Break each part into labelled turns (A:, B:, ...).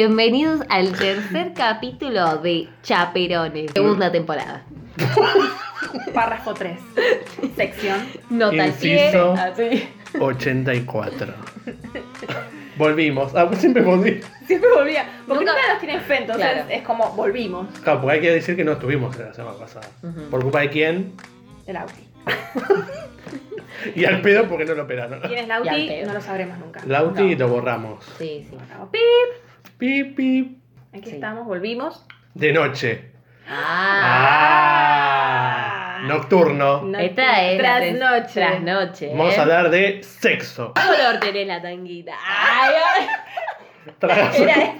A: Bienvenidos al tercer capítulo de Chaperones, segunda temporada.
B: Párrafo 3. Sección.
A: Nota al pie.
C: Inciso.
A: así.
C: 84. Volvimos. Ah, siempre volví.
B: Siempre volvía. Porque
A: Nunca-
B: nunca, los tienen fe, entonces
A: Claro.
B: es como volvimos.
C: Claro, porque hay que decir que no estuvimos la semana pasada.
A: Ujú.
C: ¿Por culpa de quién?
B: El Auti.
C: Y al pedo porque no lo operaron.
B: ¿Quién es
A: Y al
B: Lauti?
A: pedo.
B: No lo sabremos nunca.
C: Lauti
A: No.
C: lo borramos.
A: Sí, sí.
B: Bueno, pi,
C: Pip, pip.
B: Aquí
A: Sí.
B: estamos, volvimos.
C: De noche.
A: Ah.
C: Ah. Nocturno.
B: No-
A: Esta es la ¿eh?
B: Tras
A: ter-
B: noche.
A: Tras noche.
C: Vamos a hablar de sexo.
A: ¿Qué color tenés la tanguita? Ay, ay.
C: Tragas-
B: Era-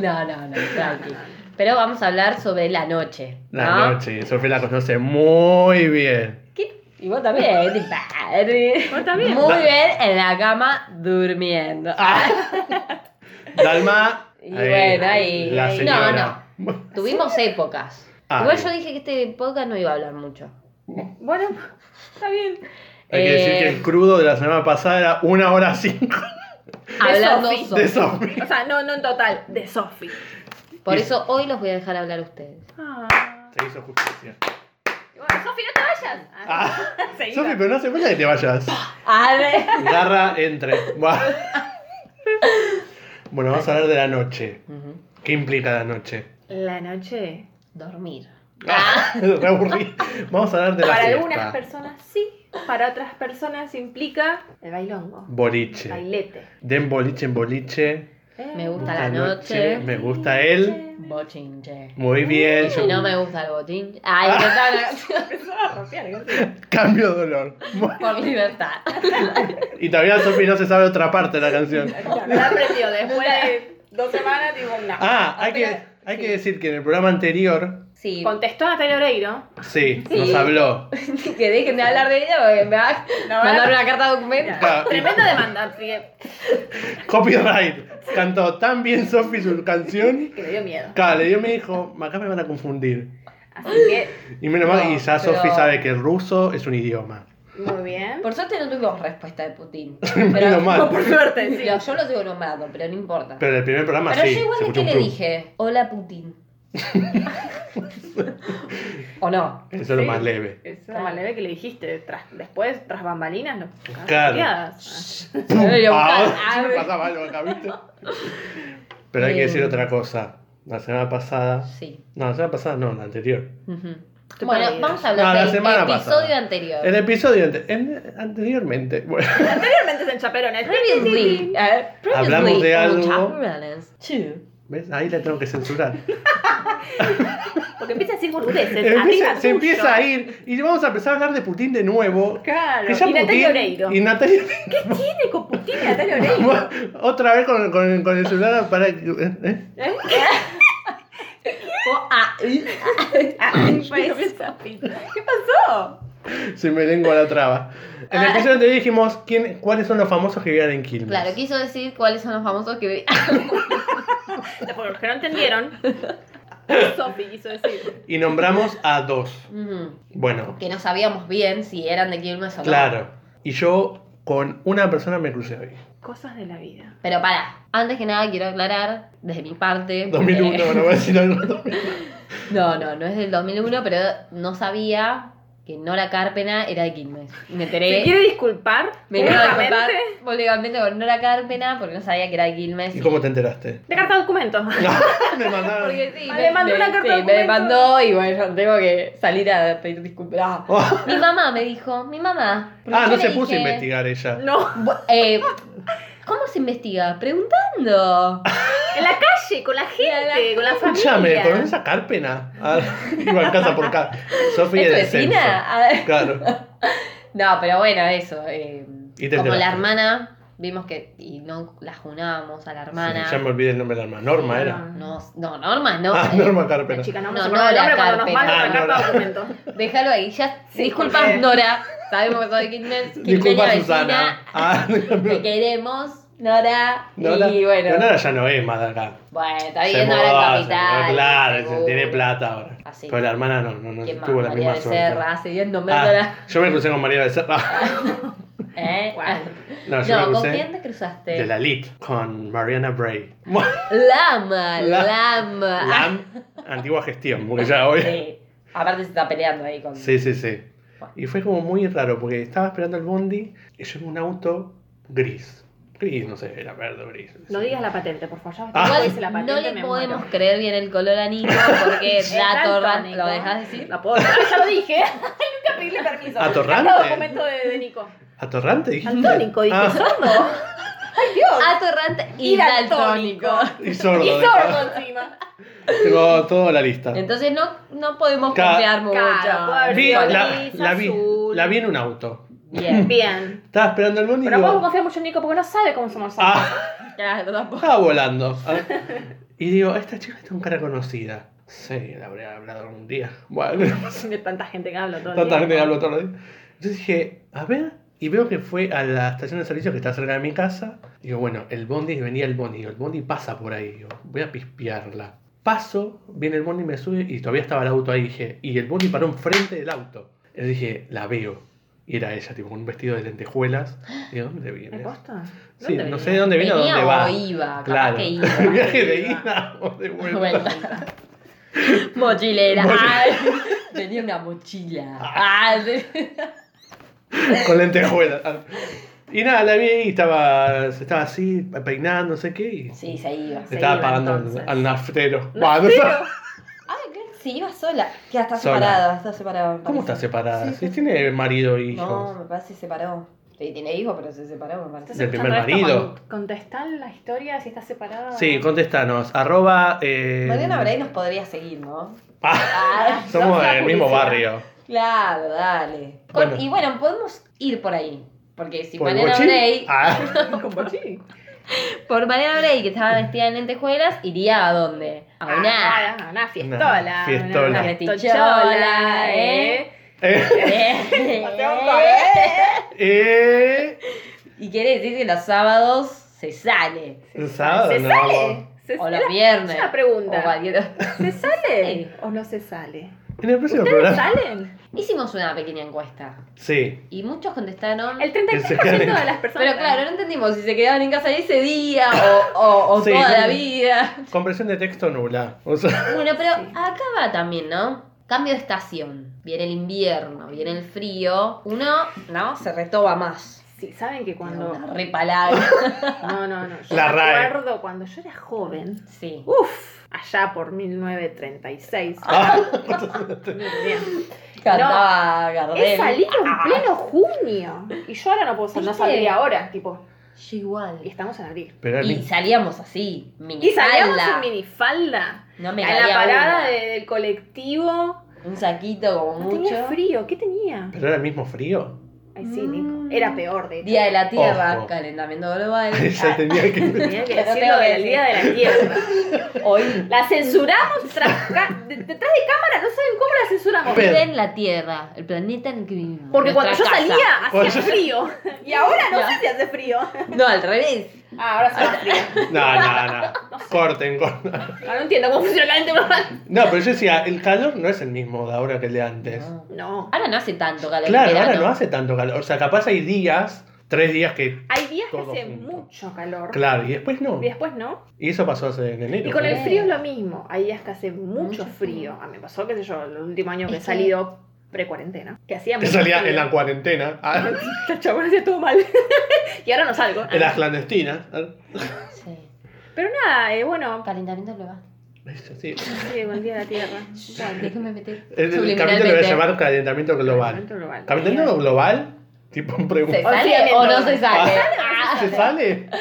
A: No, no, no, tranqui. Pero vamos a hablar sobre la noche.
C: La
A: ¿no?
C: noche. Sofía la conoce muy bien.
A: ¿Qué? Y vos también, mi padre.
B: Vos también.
A: Muy bien en la cama durmiendo.
C: Ah, Dalma.
A: Ah. Y bueno, ahí-
C: La
A: ahí- no,
C: señora. No, no.
A: Tuvimos épocas.
C: Ah,
A: Igual
C: bien.
A: yo dije que este podcast no iba a hablar mucho.
B: Bueno, está bien.
C: Hay que decir
A: Eh,
C: que el crudo de la semana pasada era una hora cinco
A: Hablando
B: Sofi.
A: solo.
C: de Sofía.
B: O sea, no, no en total, de Sofi.
A: Por eso hoy los voy a dejar hablar a ustedes.
B: Ah.
C: Se hizo justicia.
B: Y Bueno, Sofi, no te vayas.
C: Ah.
B: Seguí.
C: Sofi, pero no hace falta que te vayas.
A: A ver.
C: Garra, entre. Va. Bueno, vamos a hablar de la noche.
A: Ujú.
C: ¿Qué implica la noche?
B: La noche.
A: Dormir. Ah.
C: Re aburrí. Vamos a hablar de la
B: Para
C: fiesta.
B: algunas personas sí, para otras personas implica el bailongo.
C: Boliche.
B: Bailete.
C: Den boliche en boliche.
B: Eh,
A: Me gusta
C: Gusta
A: la noche.
C: Me gusta él.
A: Bochinche.
C: Muy bien. yo-
A: Y no me gusta el Ah. bochinche. Ay, me están-
C: Mm.
B: Empezó a rapear, ¿qué sé?
C: Cambio de dolor.
A: Por libertad.
C: Y todavía Sofi no se sabe otra parte de la canción.
B: La aprendió después de dos semanas, digo, no.
C: Ah, hay que, hay que decir que en el programa anterior,
A: Sí.
B: Contestó a Natalia Oreiro.
C: sí,
A: Sí.
C: nos habló.
A: Que dejen de hablar de ella porque me va a
B: No,
A: mandar
B: ahora-
A: una carta de documento.
C: Claro, y-
B: Tremenda demanda, así que,
C: Copyright. Cantó tan bien Sofi su canción.
B: que le dio miedo.
C: Claro, le dio me dijo, acá me van a confundir.
B: Así que,
C: Y menos mal,
A: No,
C: y ya
A: pero-
C: Sofi sabe que el ruso es un idioma.
B: muy bien.
A: Por suerte no tuvimos respuesta de Putin.
C: Menos mal.
B: No, por suerte, sí.
A: No, yo lo tengo nombrado, pero no importa.
C: Pero en el primer programa
A: Pero
C: sí.
A: yo
C: se
A: igual
C: escuchó
A: que
C: un
A: le
C: prum.
A: dije, hola Putin. ¿O no?
C: Eso es lo
B: Sí.
C: más leve.
B: Es lo más leve que le dijiste. tras- después, tras bambalinas, no. Ah,
C: Claro.
B: Copiadas.
A: Debería buscar.
C: Ahora Ah, sí me pasaba algo acá, ¿viste? Pero hay que
A: Eh.
C: decir otra cosa. La semana pasada.
A: Sí.
C: No, la semana pasada no, la anterior.
A: Ujú.
B: Estoy
A: Bueno,
B: perdida.
A: vamos a hablar
C: No, la
A: del
C: semana
A: episodio
C: pasada.
A: anterior.
C: El episodio ante- en- anteriormente. Bueno,
B: Anteriormente es en Chaperones.
A: Previously, eh, previously
C: Hablamos de
A: on
C: algo.
A: Chaperones two.
C: ¿ves? Ahí la tengo que censurar.
B: Porque empieza a decir burgueses.
C: Empieza- se empieza a ir. Y vamos a empezar a hablar de Putin de nuevo.
B: Claro.
C: Que ya
B: Y Natalia Oreiro.
C: Y Natalia
B: Tiene con Putin y Natalia Oreiro.
C: Otra vez con, con- con el celular para. ¿eh?
B: ¿Eh?
A: Oh, ah, y-
B: Ay, parece sapito. ¿Qué pasó?
C: Se me lengua la traba. En el
A: Ah.
C: episodio anterior dijimos quién, cuáles son los famosos que vivían en Quilmes.
A: Claro, quiso decir cuáles son los famosos que vi.
B: Por los que no entendieron, Sophie quiso decir.
C: Y nombramos a dos.
A: Ujú.
C: Bueno,
A: que no sabíamos bien si eran de Quilmes o no.
C: claro. Y yo con una persona me crucé hoy.
B: Cosas de la vida.
A: Pero para, antes que nada quiero aclarar, desde mi parte.
C: 2001,
A: porque-
C: no voy a decir algo.
A: No, no, no es del 2001, pero no sabía que Nora Carpena era de Quilmes. Me
B: ¿Se
A: enteré.
B: quiere disculpar?
A: me quiero
B: públicamente?
A: disculpar públicamente con Nora Carpena porque no sabía que era de Quilmes.
C: ¿Y
A: y-
C: cómo te enteraste?
B: De carta de documentos.
C: me mandaron.
A: Porque sí,
B: Ah, le mandó una carta de
A: sí, me
B: documento.
A: mandó y bueno, yo tengo que salir a pedir disculpas. Ah. Mi mamá me dijo, mi mamá. porque
C: Oh. Ah,
A: yo
C: no
A: le
C: se puso a
A: dije,
C: investigar ella.
B: No.
A: "Bu- eh, ¿Cómo se investiga? Preguntando.
B: En la calle, con la gente, con la
C: Escúchame,
B: familia.
C: ¿con esa carpena? Ah, iba a casa por casa. Sofía
A: ¿Es tu
C: de censo.
A: vecina? A ver.
C: Claro.
A: No, pero bueno, eso. eh,
C: Y te
A: como la
C: enteraste.
A: hermana, vimos que y no la junábamos a la hermana.
C: Sí, ya me olvidé el nombre de la hermana. Norma
B: Sí,
C: era.
B: no.
A: No, no, Norma, no.
C: Ah,
A: eh,
C: Norma
B: La
C: Carpena.
B: chica, no,
A: No,
B: no,
A: no,
B: no, el
A: la
B: nombre cuando nos
A: carpeta.
B: manda una
C: Ah, no,
B: carta de
C: no.
B: documentos.
A: Déjalo ahí. Ya,
B: Sí,
A: disculpas,
B: porque-
A: Nora. Sabemos que soy de Quilmes. quilmeña
C: Disculpa,
A: vecina,
C: Susana. Ah,
A: Te queremos. Nora.
C: Nora,
A: y bueno.
C: Nora ya no es más de acá.
A: Bueno, está
C: Se
A: viviendo
C: mudó,
A: ahora en
C: se mudó,
A: capital.
C: claro, se
A: seguro.
C: tiene plata ahora.
A: Así.
C: Pero la hermana no, no, no
A: ¿Quién más?
C: tuvo la
A: María
C: misma suerte.
A: Becerra, siguiendo
C: Ah,
A: nombrándola.
C: yo me crucé con María Becerra.
A: ¿Eh?
B: Guau.
C: No, yo
A: No,
C: me
A: ¿con
C: crucé
A: quién te cruzaste?
C: de la LIT con Mariana Bray.
A: Ah. Lama,
C: La-
A: Lama. Ah,
C: LAM, antigua gestión, porque ya hoy.
A: Sí. Aparte se está peleando ahí con.
C: Sí, sí, sí. Y fue como muy raro, porque estaba esperando el bondi y yo en un auto gris. Gris, no sé, era verde o gris.
B: No digas la patente, por favor. Ya
C: Ah.
B: después
A: Igual
B: dice la patente,
A: no le
B: me
A: podemos
B: muero.
A: creer bien el color a Nico porque
B: Es
A: ya Torran
B: daltónico.
A: lo dejas decir.
B: La puedo dejar, ya lo dije. Nunca pedirle permiso.
C: ¿Atorrante?
B: Cada documento de, de Nico.
C: ¿Atorrante dijiste?
B: Antónico, dije,
C: Ah,
B: sordo. Ay, Dios.
A: Atorrante Ah, y daltónico.
C: y sordo.
B: Y sordo encima.
C: Tengo toda la lista.
A: Entonces no, no podemos
C: Ca-
A: confiar mucho.
B: Claro, puede haber
C: Vi,
B: Gris,
C: la, la vi,
B: azul.
C: la vi en un auto.
A: Bien.
B: Bien.
C: Estaba esperando el bondi y
B: Pero no
C: digo,
B: podemos confiar mucho en Nico porque no sabe cómo somos nosotros.
C: ah,
A: Claro, tampoco.
C: estaba volando. Ah, Y digo, esta chica está un cara conocida. Sí, la habré hablado algún día. Bueno,
B: De tanta gente que hablo todo el
C: tanta
B: día.
C: gente que hablo todo el día. Entonces dije, a ver, y veo que fue a la estación de servicio que está cerca de mi casa. Digo, bueno, el bondi, venía el bondi, digo, el bondi pasa por ahí, digo, voy a pispearla. Paso, viene el bondi, me sube y todavía estaba el auto ahí, dije, y el bondi paró enfrente del auto. Entonces dije, la veo. Y era ella, tipo, con un vestido de lentejuelas. Digo, ¿dónde
B: ¿Me
C: viene?
B: posta?
C: Sí, no sé de
B: venía?
C: dónde vino,
A: Venía
C: dónde
A: o
C: va.
A: iba, capaz
C: claro.
A: que iba.
C: El viaje de
B: Iba.
C: ida o de vuelta.
A: Vuelta. Mochilera.
C: Mochil-
A: Ay, tenía una mochila. Ah, sí.
C: con lentejuelas. Ah. Y nada, la vi y estaba, se estaba así, peinando, no sé qué, y
A: Sí, se iba.
C: se
B: se
C: estaba
B: iba
C: pagando al-
B: entonces.
C: al naftero. Bah, no sé.
A: Ay, claro, se iba sola. Que está
C: Sola.
A: separada, está separada. me
C: ¿Cómo está
A: parece.
C: separada?
A: Sí,
C: Si
A: sí.
C: tiene marido e hijos.
A: No, me parece que se separó. Sí, tiene hijos, pero se separó, me parece.
B: ¿Estás
C: Del primer
B: escuchando esto?
C: marido.
B: Con- Contestan la historia si está separada.
C: Sí, contestanos. Arroba. eh,
A: Mariana Bray nos podría seguir, ¿no?
C: Ah,
A: Ah,
C: somos
B: Somos la
C: del mismo
B: publicidad.
C: barrio.
A: claro, dale. Con-
C: Bueno.
A: Y bueno, podemos ir por ahí. Porque si
C: ¿Por el
A: Mariana
C: bochín?
A: Bray,
C: Ah,
B: Con Bochi.
A: por Mariana Bray que estaba vestida en lentejuelas, iría a dónde? A una.
B: Ah, Una fiestola.
C: Una fiestola.
B: Una fiestola, ¿eh?
C: eh,
B: Hacemos pared.
C: eh,
A: y quiere decir que los sábados se sale.
C: el sábado
B: ¿Se
C: no.
B: sale? ¿Se
A: O
B: sale?
A: los viernes.
B: es una pregunta.
A: O cualquier-
B: ¿Se sale o no se sale?
C: En el próximo
B: ¿Ustedes
C: programa.
B: salen?
A: Hicimos una pequeña encuesta.
C: Sí.
A: Y muchos contestaron.
B: El 33% de las personas.
A: Pero claro, no entendimos si se quedaban en casa ese día o, o- o
C: Sí,
A: toda
C: no-
A: la vida.
C: Compresión de texto nula. O sea,
A: Bueno, pero
B: Sí.
A: acá va también, ¿no? Cambio de estación. Viene el invierno, viene el frío. Uno, ¿no? Se retoba más.
B: Sí, saben que cuando.
A: Una repalada.
B: No, no, no. Yo
C: La
B: me
C: RAE.
B: acuerdo cuando yo era joven.
A: Sí.
B: Uf, allá por 1936.
C: Ah.
B: Bien.
A: Cantaba Gardel. Ah.
B: He salido
C: Ah.
B: en pleno junio. Y yo ahora no puedo salir. No
A: ¿Viste?
B: saldría ahora, tipo.
A: Yo
B: Y
A: igual.
B: estamos en abril.
C: pero
A: Y
C: ni-
A: salíamos así, mini
B: Y salíamos
A: falda.
B: en minifalda.
A: No me
B: En la
A: caía una.
B: parada de- del colectivo.
A: Un saquito como
B: No tenía
A: mucho.
B: frío. ¿Qué tenía?
C: pero era el mismo frío.
B: Ay, sí, Nico.
A: Mm.
B: Era peor, de hecho.
A: Día de la Tierra,
C: Ojo.
A: calentamiento global. Ah,
C: Ya tenía que.
B: Tenía que
A: Pero
B: decirlo
A: tengo que
B: del día de la tierra.
A: Hoy
B: La censuramos tras ca- de- detrás de cámara, no saben cómo la censuramos.
C: Pero-
A: viven la Tierra, el planeta en el que vivimos.
B: Porque cuando yo
A: nuestra casa.
B: salía
C: Cuando
B: hacía
C: yo-
B: frío. Y ahora no sé si hace frío.
A: No, al revés.
B: Ah, ahora hace más frío.
C: No, no, no. Corten, corten.
B: Ahora no entiendo cómo funciona la gente normal.
C: No, pero yo decía, el calor no es el mismo de ahora que el de antes.
A: No.
B: No.
A: Ahora no hace tanto calor.
C: Claro,
A: en verano.
C: ahora no hace tanto calor. O sea, capaz hay días, tres días que.
B: Hay días que
C: Todo
B: hace
C: junto.
B: mucho calor.
C: Claro, y después no.
B: Y después no.
C: Y eso pasó hace en enero.
B: Y con el
C: ¿no?
B: frío es lo mismo. Hay días que hace mucho
A: Mucho
B: frío. A mí me pasó, qué sé yo, el último año que he
A: Es que-
B: salido pre-cuarentena. Que hacía
C: Te
B: mucho
C: salía
B: frío.
C: en la cuarentena, ah,
B: La chabona hacía todo mal. y ahora no salgo.
C: en las clandestinas. ah.
A: Sí.
B: Pero nada, eh, bueno.
A: Calentamiento global.
C: Eso sí.
B: Sí, buen día de la tierra.
A: Déjame meter.
C: El, el capítulo lo voy
A: Subliminalmente.
C: a llamar calentamiento global.
B: Calentamiento global.
C: ¿Calentamiento global? Tipo un
A: ¿Se
C: pregunta.
A: sale o no se sale? Ah.
C: ¿Se sale?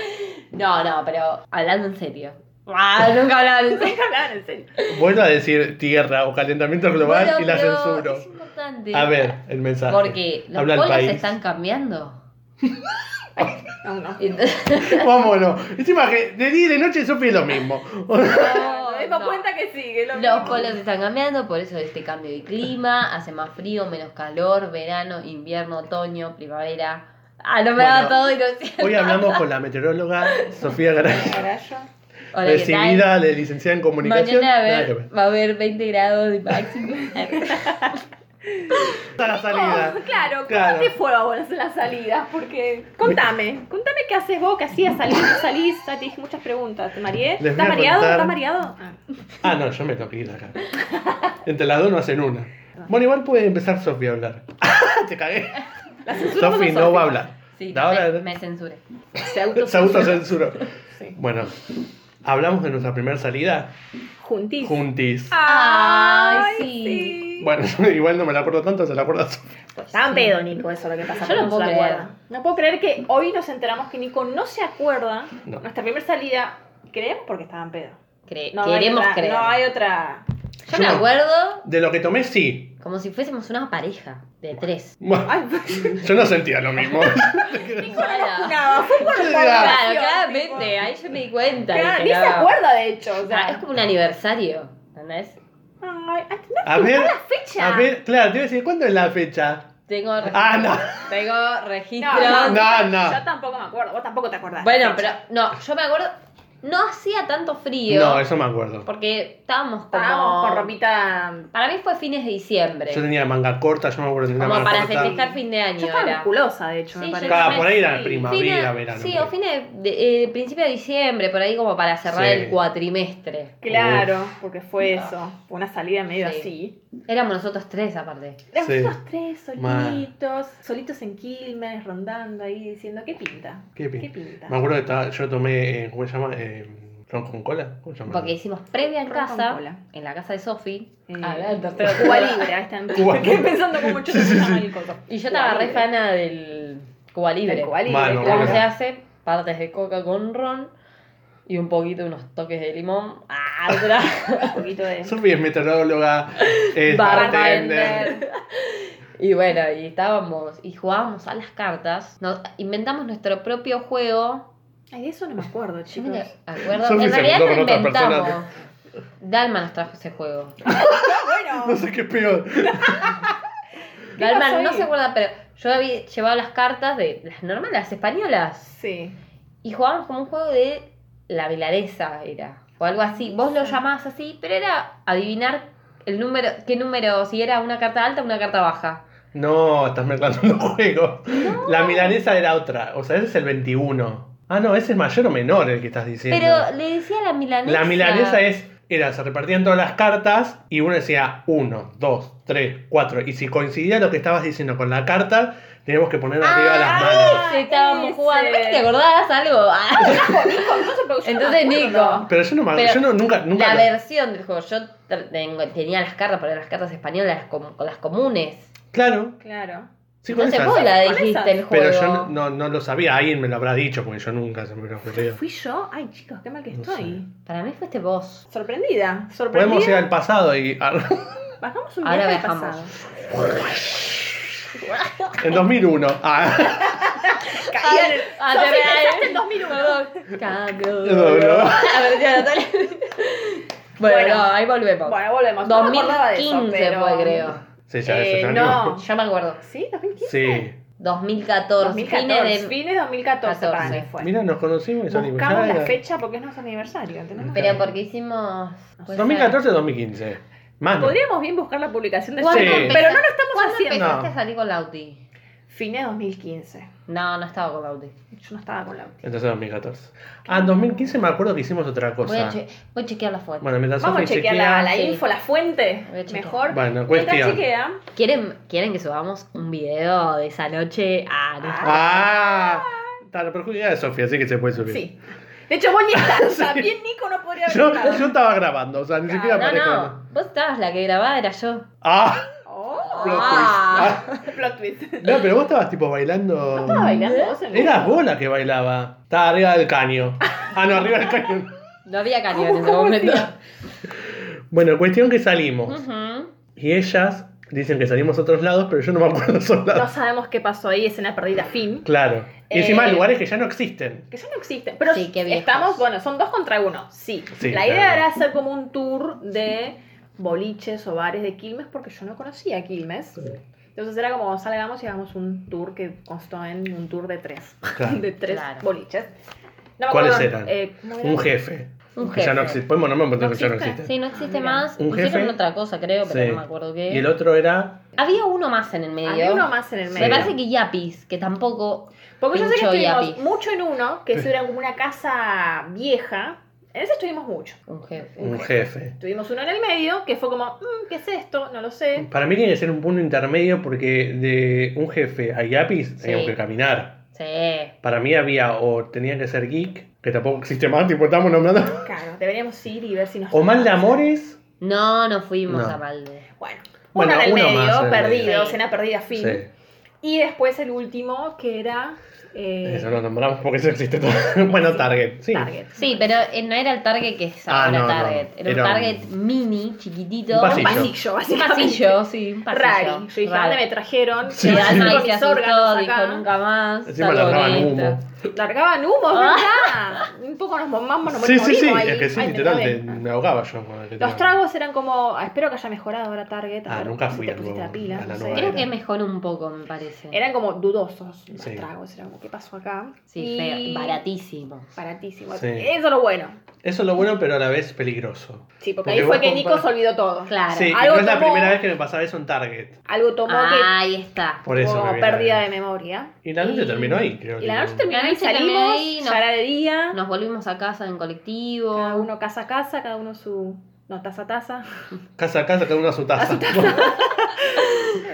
A: No, no, pero hablando en serio. Ah, nunca hablaba en serio.
B: Deja hablar, en serio.
C: Vuelvo a decir tierra o calentamiento global
A: Bueno,
C: y la
A: pero
C: censuro.
A: Es importante.
C: A ver, el mensaje.
A: Porque los
C: Habla el
A: polos
C: país.
A: están cambiando.
B: No, no.
A: Entonces-
C: Vámonos. Encima que de día y de noche Sofi es lo mismo.
A: No,
B: Me doy pa'
A: no.
B: cuenta que sigue. Lo
A: Los
B: mismo.
A: polos están cambiando, por eso este cambio de clima, hace más frío, menos calor, verano, invierno, otoño, primavera. Ah, no me
C: Bueno,
A: daba todo y no decía
C: Hoy
A: nada.
C: hablamos con la meteoróloga Sofía Garay,
B: Carajo.
A: Hola, ¿qué tal?
C: recibida de licenciada en comunicación. pues.
A: Mañana va a
C: Nada que
A: haber,
C: ver.
A: va a haber 20 grados de máximo.
C: A la salida.
B: Oh, claro,
C: Claro.
B: ¿cómo te fue a vos en las salidas? Porque, contame, contame qué haces vos, qué hacías, salís, no salís, ya te dije muchas preguntas, ¿te mareé?
C: Les voy
B: ¿Estás
C: a
B: mareado?
C: contar-
B: ¿Estás mareado? Ah.
C: Ah, no, yo me tengo que ir de acá. Entre las dos no hacen una. Bueno, igual puede empezar Sofía a hablar. Te cagué.
B: La censura no
C: Sofi
B: es
C: no va a hablar.
A: Sí,
C: Da hora
A: me,
C: de-
A: me censuré.
B: Se
C: Se
B: autocensura.
C: autocensuró.
B: Sí.
C: Bueno, hablamos de nuestra primera salida.
B: Juntis.
C: Juntis.
A: Ay, sí.
C: Bueno, igual no me la acuerdo tanto, se la acuerda Sofía.
B: Estaba en pedo, Nico, Pues, eso es lo que pasa.
A: Yo
B: pero
A: no puedo
B: se
A: creer.
B: acuerda. No puedo creer que hoy nos enteramos que Nico no se acuerda.
C: No.
B: Nuestra primera salida, creemos porque estaba en pedo.
A: Cre-
B: No hay
A: queremos
B: otra-
A: creer.
B: No hay otra.
A: Yo me acuerdo
C: De lo que tomé, sí.
A: como si fuésemos una pareja de tres.
C: Bueno,
B: Ay,
C: Yo no sentía lo mismo.
A: Claro,
B: no, fue por
C: Sí,
B: por
C: ya.
B: relación, tipo.
A: claramente. Ahí yo me di cuenta. dije,
B: Claro, ni se
A: no.
B: acuerda, de hecho. O
A: O sea,
B: sea,
A: es como un aniversario. ¿Entendés?
B: Ay, ay, no
C: A ver,
B: es fecha.
C: a ver, claro, te iba a decir, ¿cuándo es la fecha?
A: Tengo registro.
C: Ah, no.
A: Tengo registro.
B: No,
C: No, no.
B: Yo tampoco me acuerdo. Vos tampoco te acordás.
A: Bueno,
B: Fecha.
A: pero no, yo me acuerdo. No hacía tanto frío.
C: No, eso me acuerdo.
A: Porque estábamos como.
B: Estábamos con ropita.
A: Para mí fue fines de diciembre.
C: Yo tenía manga corta, yo me acuerdo que tenía
A: Como
C: manga
A: para
C: corta.
A: festejar fin de año
B: Yo estaba
A: era.
B: musculosa, de
A: Sí,
B: hecho, me
A: yo
B: parece.
A: Claro,
C: por ahí era
B: Sí.
C: prima.
A: Fines-
C: Primavera, verano,
A: Sí,
C: por
A: o
C: ahí.
A: fines de, de- eh, principio de diciembre, por ahí como para cerrar
C: Sí.
A: el cuatrimestre.
B: Claro, porque fue eso. Fue una salida medio
A: Sí.
B: así.
A: Éramos nosotros tres aparte.
B: Los
C: Sí.
B: tres
C: Mal.
B: solitos, solitos en Quilmes, rondando ahí, diciendo, ¿qué pinta?
C: Qué
B: ¿Qué
C: bien.
B: pinta?
C: Me acuerdo que estaba, yo tomé, eh, ¿cómo se llama? Eh, ¿Ron con cola? ¿Cómo se llama?
A: Porque hicimos previa en
B: Ron con
A: casa,
B: cola.
A: en la casa de Sofi.
B: Eh,
A: Ah, la del tercero.
B: Cuba Libre, ahí está.
C: Cuba
B: Estoy pensando como yo se llama el coso.
A: Y yo estaba
B: Cuba
A: re
B: Libre.
A: fana del Cuba Libre.
B: Del Cuba Libre,
C: Mano,
A: ¿Cómo
B: claro.
A: se hace? Partes de coca con ron y un poquito, unos toques de limón. Ah, otra.
B: Un poquito de...
C: Sofía es meteoróloga, es
A: Bartender.
C: bartender.
A: Y bueno, y estábamos y jugábamos a las cartas. Nos inventamos nuestro propio juego.
B: Ay, de eso no me acuerdo,
A: Yo me
B: chicos. Ah,
A: acuerdo.
C: Sofi
A: en
C: se
A: realidad
C: juntó
A: lo
C: con otra persona
A: inventamos. Dalma nos trajo ese juego.
C: No
B: bueno.
C: sé qué es peor.
A: Dalma
B: pasó
A: no
B: ahí?
A: se acuerda, pero yo había llevado las cartas de las normales, las españolas.
B: Sí.
A: Y jugábamos como un juego de la veladeza, era. O algo
C: Ah,
A: así. Vos lo llamabas así, pero era adivinar el número, qué número, si era una carta alta o una carta baja.
C: No, estás mezclando los juegos. La milanesa era otra. O sea, ese es el 21. Ah, no, ese es mayor o menor el que estás diciendo.
A: Pero le decía a la milanesa.
C: La milanesa es. Era, se repartían todas las cartas y uno decía 1, 2, 3, 4. Y si coincidía lo que estabas diciendo con la carta, teníamos que poner
A: Ah.
C: arriba las manos.
A: Ese estábamos
B: ese.
A: jugando. ¿Ves que ¿Te acordás algo? Ah, Entonces, Nico.
C: Pero yo no me
A: Pero
C: yo no, nunca, nunca.
A: La versión del juego. Yo tra- tengo, tenía las cartas, pero las cartas españolas, las, com- con las comunes.
C: Claro,
B: Claro.
C: sí, con
A: Entonces
C: esas.
A: vos la
B: Con esas.
A: dijiste el juego.
C: Pero yo no, no, no lo sabía, alguien me lo habrá dicho, porque yo nunca se me hubiera ocurrido.
B: ¿Fui yo? Ay, chicos, qué mal que
C: No
B: estoy.
A: Para mí fuiste vos.
B: Sorprendida. Sorprendida.
C: Podemos ir al pasado y.
B: Bajamos un
A: Ahora
B: viaje al
A: viajamos.
B: pasado.
C: en 2001. Ah.
B: Caí en el-
A: Ah,
B: Sofi,
A: te ve-
B: pensaste en 2001.
A: Perdón. Cabrón.
C: No, no.
A: La versión Natalia. Bueno,
B: Bueno.
A: no, ahí volvemos.
B: Bueno, volvemos. No me acordaba de eso,
A: 2015
B: pero-
A: fue, creo.
C: Sí, ya,
B: Eh,
C: eso ya
B: no.
A: Yo me acuerdo.
B: ¿Sí? ¿2015?
C: Sí.
A: 2014.
B: 2014.
A: fines de-
B: Fines 2014 para mí
A: 14.
B: fue.
C: Mira, nos conocimos y salimos.
B: Buscamos
C: Ya
B: la
C: era-
B: fecha porque es nuestro aniversario. ¿entendés?
A: Pero porque hicimos. pues, puede ser.
C: 2014 o 2015. Mano.
B: Podríamos bien buscar la publicación de
A: ¿Cuándo
C: Sí.
A: empezaste-
B: Pero no lo estamos
A: ¿Cuándo
B: haciendo.
A: empezaste
C: No.
A: a salir con Lauti?
B: Fines 2015.
A: No, no estaba con Lauti.
B: Yo no estaba con la UTI.
C: Entonces 2014. Ah, en 2015 me acuerdo que hicimos otra
A: Voy a,
C: cosa.
A: che- voy a chequear la fuente.
C: Bueno, mientras
B: Vamos a
C: Sofi se
B: chequear
C: queda-
B: la, la
A: sí.
B: info, la fuente.
A: Voy a chequear.
B: Mejor.
C: Bueno,
B: Mientras
C: cuestión.
B: chequea.
A: ¿Quieren, ¿Quieren que subamos un video de esa noche? Ah, no.
C: Ah, está la perjudica de Sofía, así que se puede subir.
B: Sí. De hecho, vos ni estás. También Nico no podría haber
C: Yo,
B: estado.
C: yo estaba grabando, o sea, ni
B: Claro.
C: siquiera
A: no,
C: aparezco.
A: no. Vos estabas la que grababa, era yo.
C: Ah,
B: Oh.
C: plot
A: Ah.
C: twist.
B: Plot twist.
C: Ah, no, pero vos estabas tipo bailando.
B: ¿No estaba bailando vos en el-
C: Eras vos la que bailaba. Estaba arriba del caño. Ah, no, arriba del caño.
A: No había cañón en
B: ¿Cómo-
A: ese
B: cómo
A: momento.
C: Bueno, cuestión que salimos.
A: Ujú.
C: Y ellas dicen que salimos a otros lados, pero yo no me acuerdo de esos lados.
B: No sabemos qué pasó ahí, escena perdida, fin.
C: Claro. Y encima
B: Eh,
C: lugares que ya no existen.
B: Que ya no existen. Pero
A: Sí, qué viejos.
B: estamos, bueno, son dos contra uno, sí.
C: Sí,
B: la idea
C: claro.
B: era hacer como un tour de boliches o bares de Quilmes, porque yo no conocía Quilmes. Entonces era como salgamos y hagamos un tour que constó en un tour de tres.
C: Claro.
B: De tres
A: Claro.
B: boliches. No me
C: ¿Cuáles
B: acuerdo,
C: eran?
B: eh, ¿cómo era?
C: Un jefe.
A: Un
C: Que ya no
A: jefe.
C: existe. Podemos nombrar porque
B: ¿No
C: ya no
B: existe?
C: existe.
A: Sí, ¿eh? no existe
B: Ah, mira.
A: más.
C: Un jefe.
A: Hicieron otra cosa, creo, pero
C: Sí.
A: no me acuerdo qué.
C: Y el otro era.
A: Había uno más en el medio.
B: Había uno más en el
C: Sí.
A: Me
B: medio.
A: parece que Yapis, que tampoco.
B: Porque yo sé que
A: Pincho y
B: estuvimos
A: apis.
B: mucho en uno, que eso era como una casa vieja. En ese estuvimos mucho.
A: Un jefe.
C: Un jefe.
B: Tuvimos uno en el medio, que fue como, "Mm, ¿qué es esto? No lo sé.
C: Para mí tiene que ser un punto intermedio porque de un jefe a Yapis teníamos
A: Sí.
C: que caminar.
A: Sí.
C: Para mí había o tenía que ser geek, que tampoco existe más, tipo estamos nombrando.
B: Claro, deberíamos ir y ver si nos.
C: O mal de amores.
A: No, no fuimos
C: No.
A: a Malde.
B: Bueno,
C: Bueno,
B: uno en el
C: uno
B: medio,
C: más en el
B: perdido,
A: medio.
B: cena perdida, fin.
C: Sí.
B: Y después el último, que era. eh,
C: Eso lo nombramos porque eso existe todo. bueno, Target. Sí.
B: Target.
A: Sí, pero eh, no era el Target que es
C: Ah,
A: ahora
C: no, no.
A: Target. Era,
C: Era
A: un
C: un-
A: Target mini, chiquitito.
C: Un
B: Un
C: pasillo.
B: pasillo,
A: Un
B: básicamente.
A: pasillo, sí, un pasillo.
B: Rari. Yo dije, ¿a ¿dónde me trajeron?
C: Sí,
A: Sí,
C: sí.
A: Alma ahí se
B: Mis
A: asustó,
B: órganos acá.
A: dijo nunca más.
C: Encima
A: salgo
C: largaban
A: con
C: humo.
A: esta.
B: Largaban humo,
A: Ah.
B: ¿verdad? Un poco nos bombamos, nos
C: Sí,
B: morimos
C: sí, sí.
B: ahí.
C: Es que sí,
B: Ay, me
C: literalmente
B: clavé.
C: me ahogaba yo con el que
B: Los
C: tenía.
B: tragos eran como. ah, Espero que haya mejorado ahora Target. a
C: Ah,
B: ver
C: nunca
B: si
C: fui
B: te
C: al
B: pusiste
C: nuevo-
B: la pila,
C: a la
B: no sé.
C: nueva
A: Creo
C: era.
A: que mejoró un poco, me parece.
B: Eran como dudosos los
C: Sí.
B: tragos. Era como, ¿qué pasó acá?
A: Sí,
B: Y-
A: feo. Baratísimo.
B: Baratísimo.
C: Sí.
B: Eso es lo bueno.
C: Eso es lo bueno, pero a la vez peligroso.
B: Sí, porque,
C: Porque
B: ahí fue
C: vos
B: que Nico
C: compras-
B: se olvidó todo.
A: Claro.
C: Sí, y
B: algo
C: no es la
B: tomó-
C: primera vez que me pasaba eso en Target.
B: Algo tomó
A: Ahí está.
B: que.
C: Por eso.
B: como
C: me viene-
B: pérdida de memoria.
C: Y la noche
B: Y-
C: terminó ahí, creo.
B: Y la
C: que-
B: noche terminó
A: La
B: y
A: noche terminó
B: salimos.
A: ahí,
B: ya
A: nos-
B: era de día.
A: Nos volvimos a casa en colectivo.
B: Cada uno casa a casa, cada uno su. No, taza a taza.
C: Casa a casa, cada uno a su taza.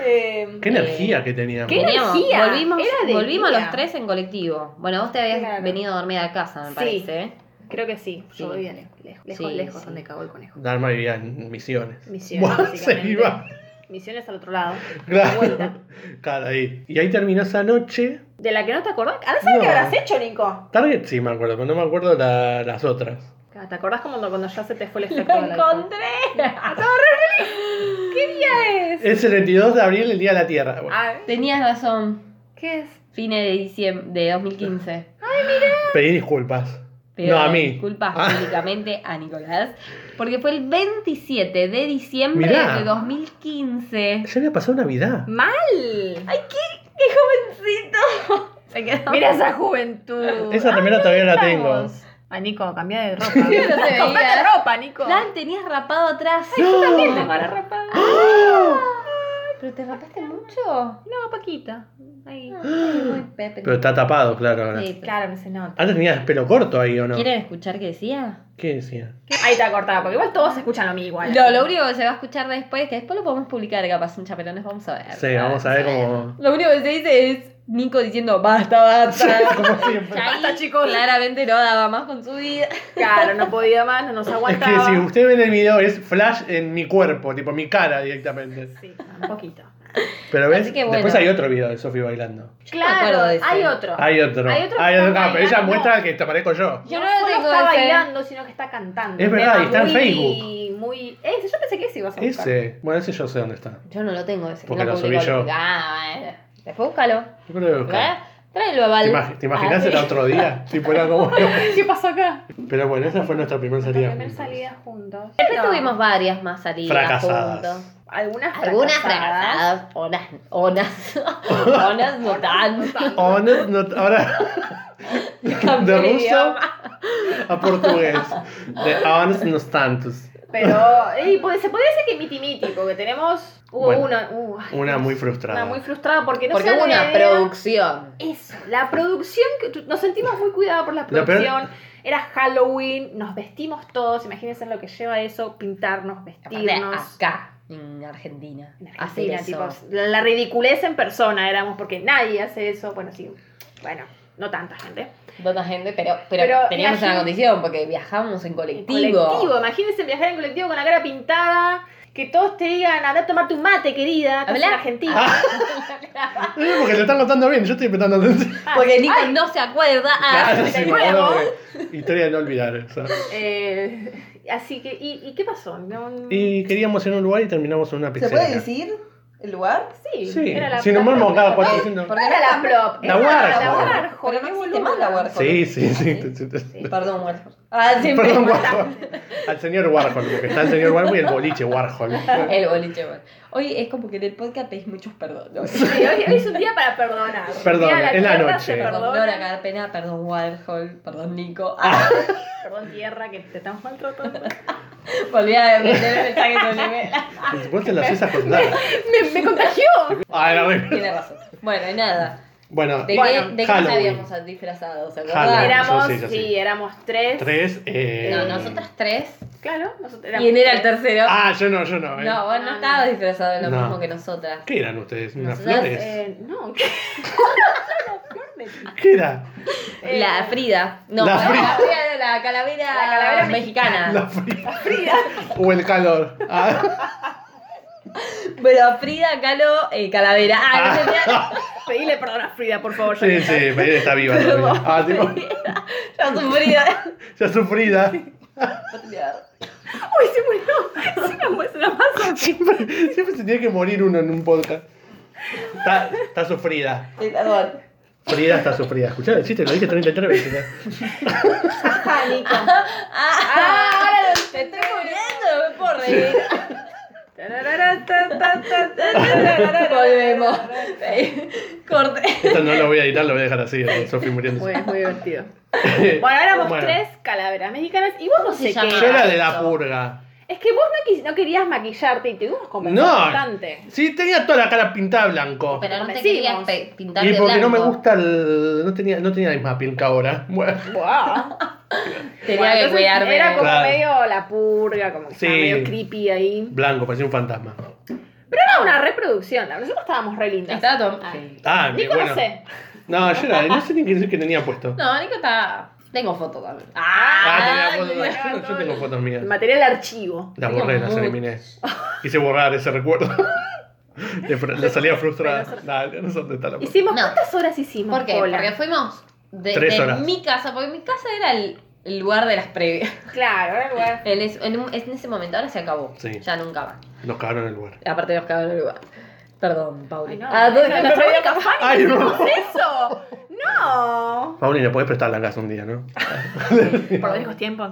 B: Eh,
C: Qué energía que teníamos.
B: ¿Qué?
A: Veníamos-
B: energía!
A: Volvimos,
B: Era de
A: volvimos
B: día.
A: los tres en colectivo. Bueno, vos te habías
B: Claro.
A: venido dormida a casa, me
B: Sí.
A: parece. ¿eh?
B: Creo que sí. Yo
A: Sí.
B: vivía lejos, lejos,
A: Sí,
B: lejos, lejos
A: sí.
B: donde cagó el conejo.
C: Dharma vivía en misiones.
B: Misiones,
C: Buah, se
B: básicamente.
C: iba.
B: Misiones al otro lado.
C: Claro.
B: vuelta.
C: Claro, ahí. Y ahí terminó esa noche.
B: De la que no te acordás. Ahora sabes
C: No.
B: qué habrás hecho, Nico.
C: Target sí me acuerdo, pero no me acuerdo la- las otras.
B: Claro, ¿Te acordás como cuando, cuando ya se te fue el efecto?
A: ¡Lo
B: del alcohol?
A: encontré!
B: ¿Qué es?
C: Es el 22 de abril, el Día de la Tierra. Bueno,
B: Ah,
A: Tenías razón.
B: ¿Qué es?
A: Fines de diciembre de 2015.
C: Pedí disculpas.
A: Pero
C: No, a mí.
A: Disculpas
C: Ah.
A: públicamente a Nicolás. Porque fue el 27 de diciembre
C: Mirá.
A: de 2015.
C: Ya había pasado Navidad.
B: ¡Mal!
A: ¡Ay, qué, qué jovencito! Se quedó.
B: Mira esa juventud.
C: Esa remera todavía la tengo.
A: estamos.
B: Ah, Nico, cambia de ropa.
A: no se veía.
B: Cambia de ropa, Nico.
A: Lan, tenías rapado atrás.
C: ¡No!
B: Tengo la ropa.
A: ¿Pero te rapaste mucho?
B: No, Paquita. Ahí.
A: Ah.
C: Pero está tapado, claro. ahora.
A: Sí, claro.
B: Claro, no se nota.
C: Antes tenías pelo corto ahí, ¿o no?
A: ¿Quieren escuchar qué decía?
C: ¿Qué decía?
B: Ahí está cortada, porque igual todos escuchan lo mismo igual.
A: No, lo único que se va a escuchar después es que después lo podemos publicar capaz en chaperones, vamos a ver.
C: Sí, vamos a ver cómo.
A: Lo único que se dice es Nico diciendo basta, basta.
C: Como siempre.
A: Ahí
B: Basta, chicos.
A: Claramente no daba más con su vida.
B: Claro, no podía más, no nos
C: Es que
B: aguantaba.
C: si usted ve en el video es flash en mi cuerpo, tipo mi cara directamente.
B: Sí, un poquito.
C: Pero ves,
A: Así que bueno.
C: después hay otro video de Sofi bailando.
A: acuerdo de
B: Claro,
A: ese.
B: hay otro.
C: Hay otro.
B: Hay otro
C: Hay
B: que
C: otro,
B: está
C: ah, pero ella
B: bailando.
C: muestra que te aparezco
A: Yo
C: yo.
B: Yo
A: no
B: no,
A: lo
B: solo
A: tengo
B: está
A: ese.
B: bailando, sino que está cantando.
C: Es
B: Un
C: verdad,
B: tema
C: y está en
B: muy-
C: Facebook.
B: Muy... Ese, yo pensé que ese ibas a buscar.
C: Ese, bueno, ese yo sé dónde está.
A: Yo no lo tengo ese.
C: Porque
A: no
C: lo
A: publico-
C: subí yo.
A: Ah, bueno. Después búscalo.
C: Yo creo que busqué.
A: ¿verdad? Tráelo a Val.
C: ¿Te, imag- te imaginas
A: Ah,
C: el
A: sí.
C: otro día? tipo era como.
B: ¿Qué pasó acá?
C: Pero bueno, esa fue nuestra primera
B: La
C: salida.
B: primera
C: juntos.
B: salida juntos.
A: Después
B: No,
A: tuvimos varias más salidas juntos.
C: Fracasadas.
B: Algunas
A: Algunas
B: fracasadas.
A: fracasadas, onas, onas, onas no tanto.
C: Oh, no- no- ahora.
A: Cambié
C: de
A: de
C: ruso
A: idioma.
C: a portugués. De Avance nos tantos.
B: Pero ey, puede- se podría decir que miti miti, porque tenemos. Hubo
C: Bueno,
B: una. uh, ay,
C: Una muy
B: Una
C: frustrada.
B: muy frustrada porque no
A: Porque
B: se
A: hubo
B: dan
A: una
B: idea.
A: producción.
B: Eso, la producción, que tu- nos sentimos muy cuidados por la
C: peor-
B: producción. Era Halloween, nos vestimos todos, imagínense lo que lleva eso, pintarnos,
A: Aparte,
B: vestirnos.
A: acá, en Argentina.
B: En
A: hacer
B: Argentina,
A: eso.
B: tipo, la la ridiculez en persona éramos, porque nadie hace eso. Bueno, sí, bueno, no tanta gente.
A: Tanta gente, pero, pero,
B: Pero
A: teníamos
B: imagín-
A: una condición, porque viajamos en
B: En
A: colectivo.
B: colectivo, imagínense viajar en colectivo con la cara pintada, que todos te digan, anda a tomar tu mate, querida, que es
A: Habla.
B: en Argentina.
C: Ah, eh, porque lo están contando bien, yo estoy prestando atención.
A: Porque Nico
B: ah, Ay,
A: no se acuerda. Ah,
C: Claro,
B: de
C: sí, me
B: nuevo.
C: acuerdo porque- Historia de no olvidar. o sea.
B: eh, así que, ¿y, y qué pasó? No,
C: Y queríamos ir a un lugar y terminamos en una pizzería.
A: decir? ¿El lugar?
B: Sí,
C: Sí,
B: era la
C: si nombramos cada
A: porque-
C: 400.
A: porque
B: Era la plop.
C: La
B: Era
C: Warhol.
B: La Warhol,
A: Pero no
B: qué
A: existe más la
B: boluda.
A: Warhol.
C: Sí, sí, sí.
A: Perdón, Warhol. Ah, siempre.
C: Perdón, Warhol. Al señor Warhol, porque está el señor Warhol y el boliche Warhol.
A: El boliche, bueno. Hoy es como que en el podcast pedís muchos perdones.
B: Sí, hoy, hoy es un día para perdonar.
C: Perdona,
B: Día de
C: es la
B: tierra, se
C: noche.
A: Perdón,
B: perdona.
A: Dora Carpena, perdón, Warhol, perdón, Nico. Ah,
B: Perdón, tierra, que te estamos maltratando.
A: volví a meter el mensaje sobre
C: Ah, Vos te la haces a contar.
B: me, me contagió.
C: Ah, la re-
A: Tiene razón. Bueno, y nada.
C: Bueno,
A: ¿De
B: Bueno,
A: qué, de qué nos
C: Halloween.
A: habíamos disfrazado? ¿Se
C: Halloween.
A: acuerdan?
B: éramos,
C: yo sí, yo
B: sí,
C: sí.
B: éramos tres.
C: tres. Eh...
A: No, nosotras tres.
B: Claro, nosotros éramos
A: ¿Quién era el
B: tres.
A: tercero?
C: Ah, yo no, yo no. eh.
A: No, vos no
B: No,
A: estabas
B: no.
A: disfrazado de lo
C: No.
A: mismo que nosotras.
C: ¿Qué eran ustedes? ¿Unas
A: Nosotras,
C: flores?
B: Eh, no.
C: ¿Qué era?
B: Eh,
A: La Frida. No,
C: La Frida.
A: Frida de la calavera,
B: La calavera
A: mexicana.
C: La fría. O el calor. Ah,
A: Pero Frida, Calo, eh, calavera. Ah, no entendía.
B: Pedile perdón a Frida, por favor.
C: sí, sí, María está viva todavía.
A: Perdón.
C: Ah, tipo,
A: Ya sufrida.
C: ya sufrida.
B: Uy, se murió. Se nos muere una masa.
C: Siempre, siempre se tiene que morir uno en un podcast. Está, está sufrida.
A: Sí, Perdón.
C: Frida está sufrida. Escuchá el chiste, lo dije 33 veces. ¿eh?
A: Ah, ahora lo- te estoy muriendo, me puedo reír. Volvemos. Eh, Corte.
C: Esto no lo voy a editar, lo voy a dejar así. Sofía muriéndose.
B: Muy, muy divertido. Bueno, éramos
C: Bueno.
B: tres calaveras mexicanas y vos no
A: se
B: sé qué.
A: llama?
C: Yo era de la purga.
B: Es que vos no, quis- no querías maquillarte y tuvimos conversación
C: No.
B: bastante.
C: Sí, tenía toda la cara pintada blanco.
A: Pero no te
B: Convencimos.
A: querías pe- pintar
C: Y
A: de
C: porque no me
A: blanco.
C: gusta el. No tenía, no tenía la misma pinta ahora. Bueno,
B: Wow.
A: Tenía que cuidarme.
B: Era como
C: Claro.
B: medio la purga, como que estaba
C: Sí.
B: medio creepy ahí.
C: blanco, parecía un fantasma.
B: Pero era una reproducción, la- nosotros estábamos re lindas.
A: Estaba todo-
B: Ah.
A: sí.
C: Ah,
B: Nico,
C: bueno.
B: no sé.
C: No, yo era, no sé ni qué decir que tenía puesto.
A: No, Nico está. Tengo foto también.
C: Ah,
A: Ay,
C: tenía
A: Dios.
C: fotos. Yo tengo fotos
B: El
C: mías.
B: material de archivo.
C: Las
A: Tengo
C: borré, las
A: mucho.
C: eliminé. Quise borrar ese recuerdo. Le, fr- le salía frustrada.
B: Pero-
C: Nah, no sé dónde está la foto.
B: Hicimos,
A: No.
B: ¿cuántas horas hicimos?
A: ¿Por qué?
B: Paula?
A: Porque fuimos de,
C: Tres
A: de
C: horas.
A: mi casa, porque mi casa era el, el lugar de las previas.
B: Claro, era el lugar.
A: En, es- en un- en ese momento, ahora se acabó.
C: Sí.
A: Ya nunca más.
C: Nos cagaron el lugar.
A: Aparte nos quedaron el lugar. Perdón, Pauli.
B: Ay, no,
A: Ah,
B: no,
A: ¿dónde-
B: no, nuestra única fan
C: Ay, no.
B: es eso. No.
C: Pauli, le podés prestar la casa un día, ¿no?
B: Por los viejos tiempos.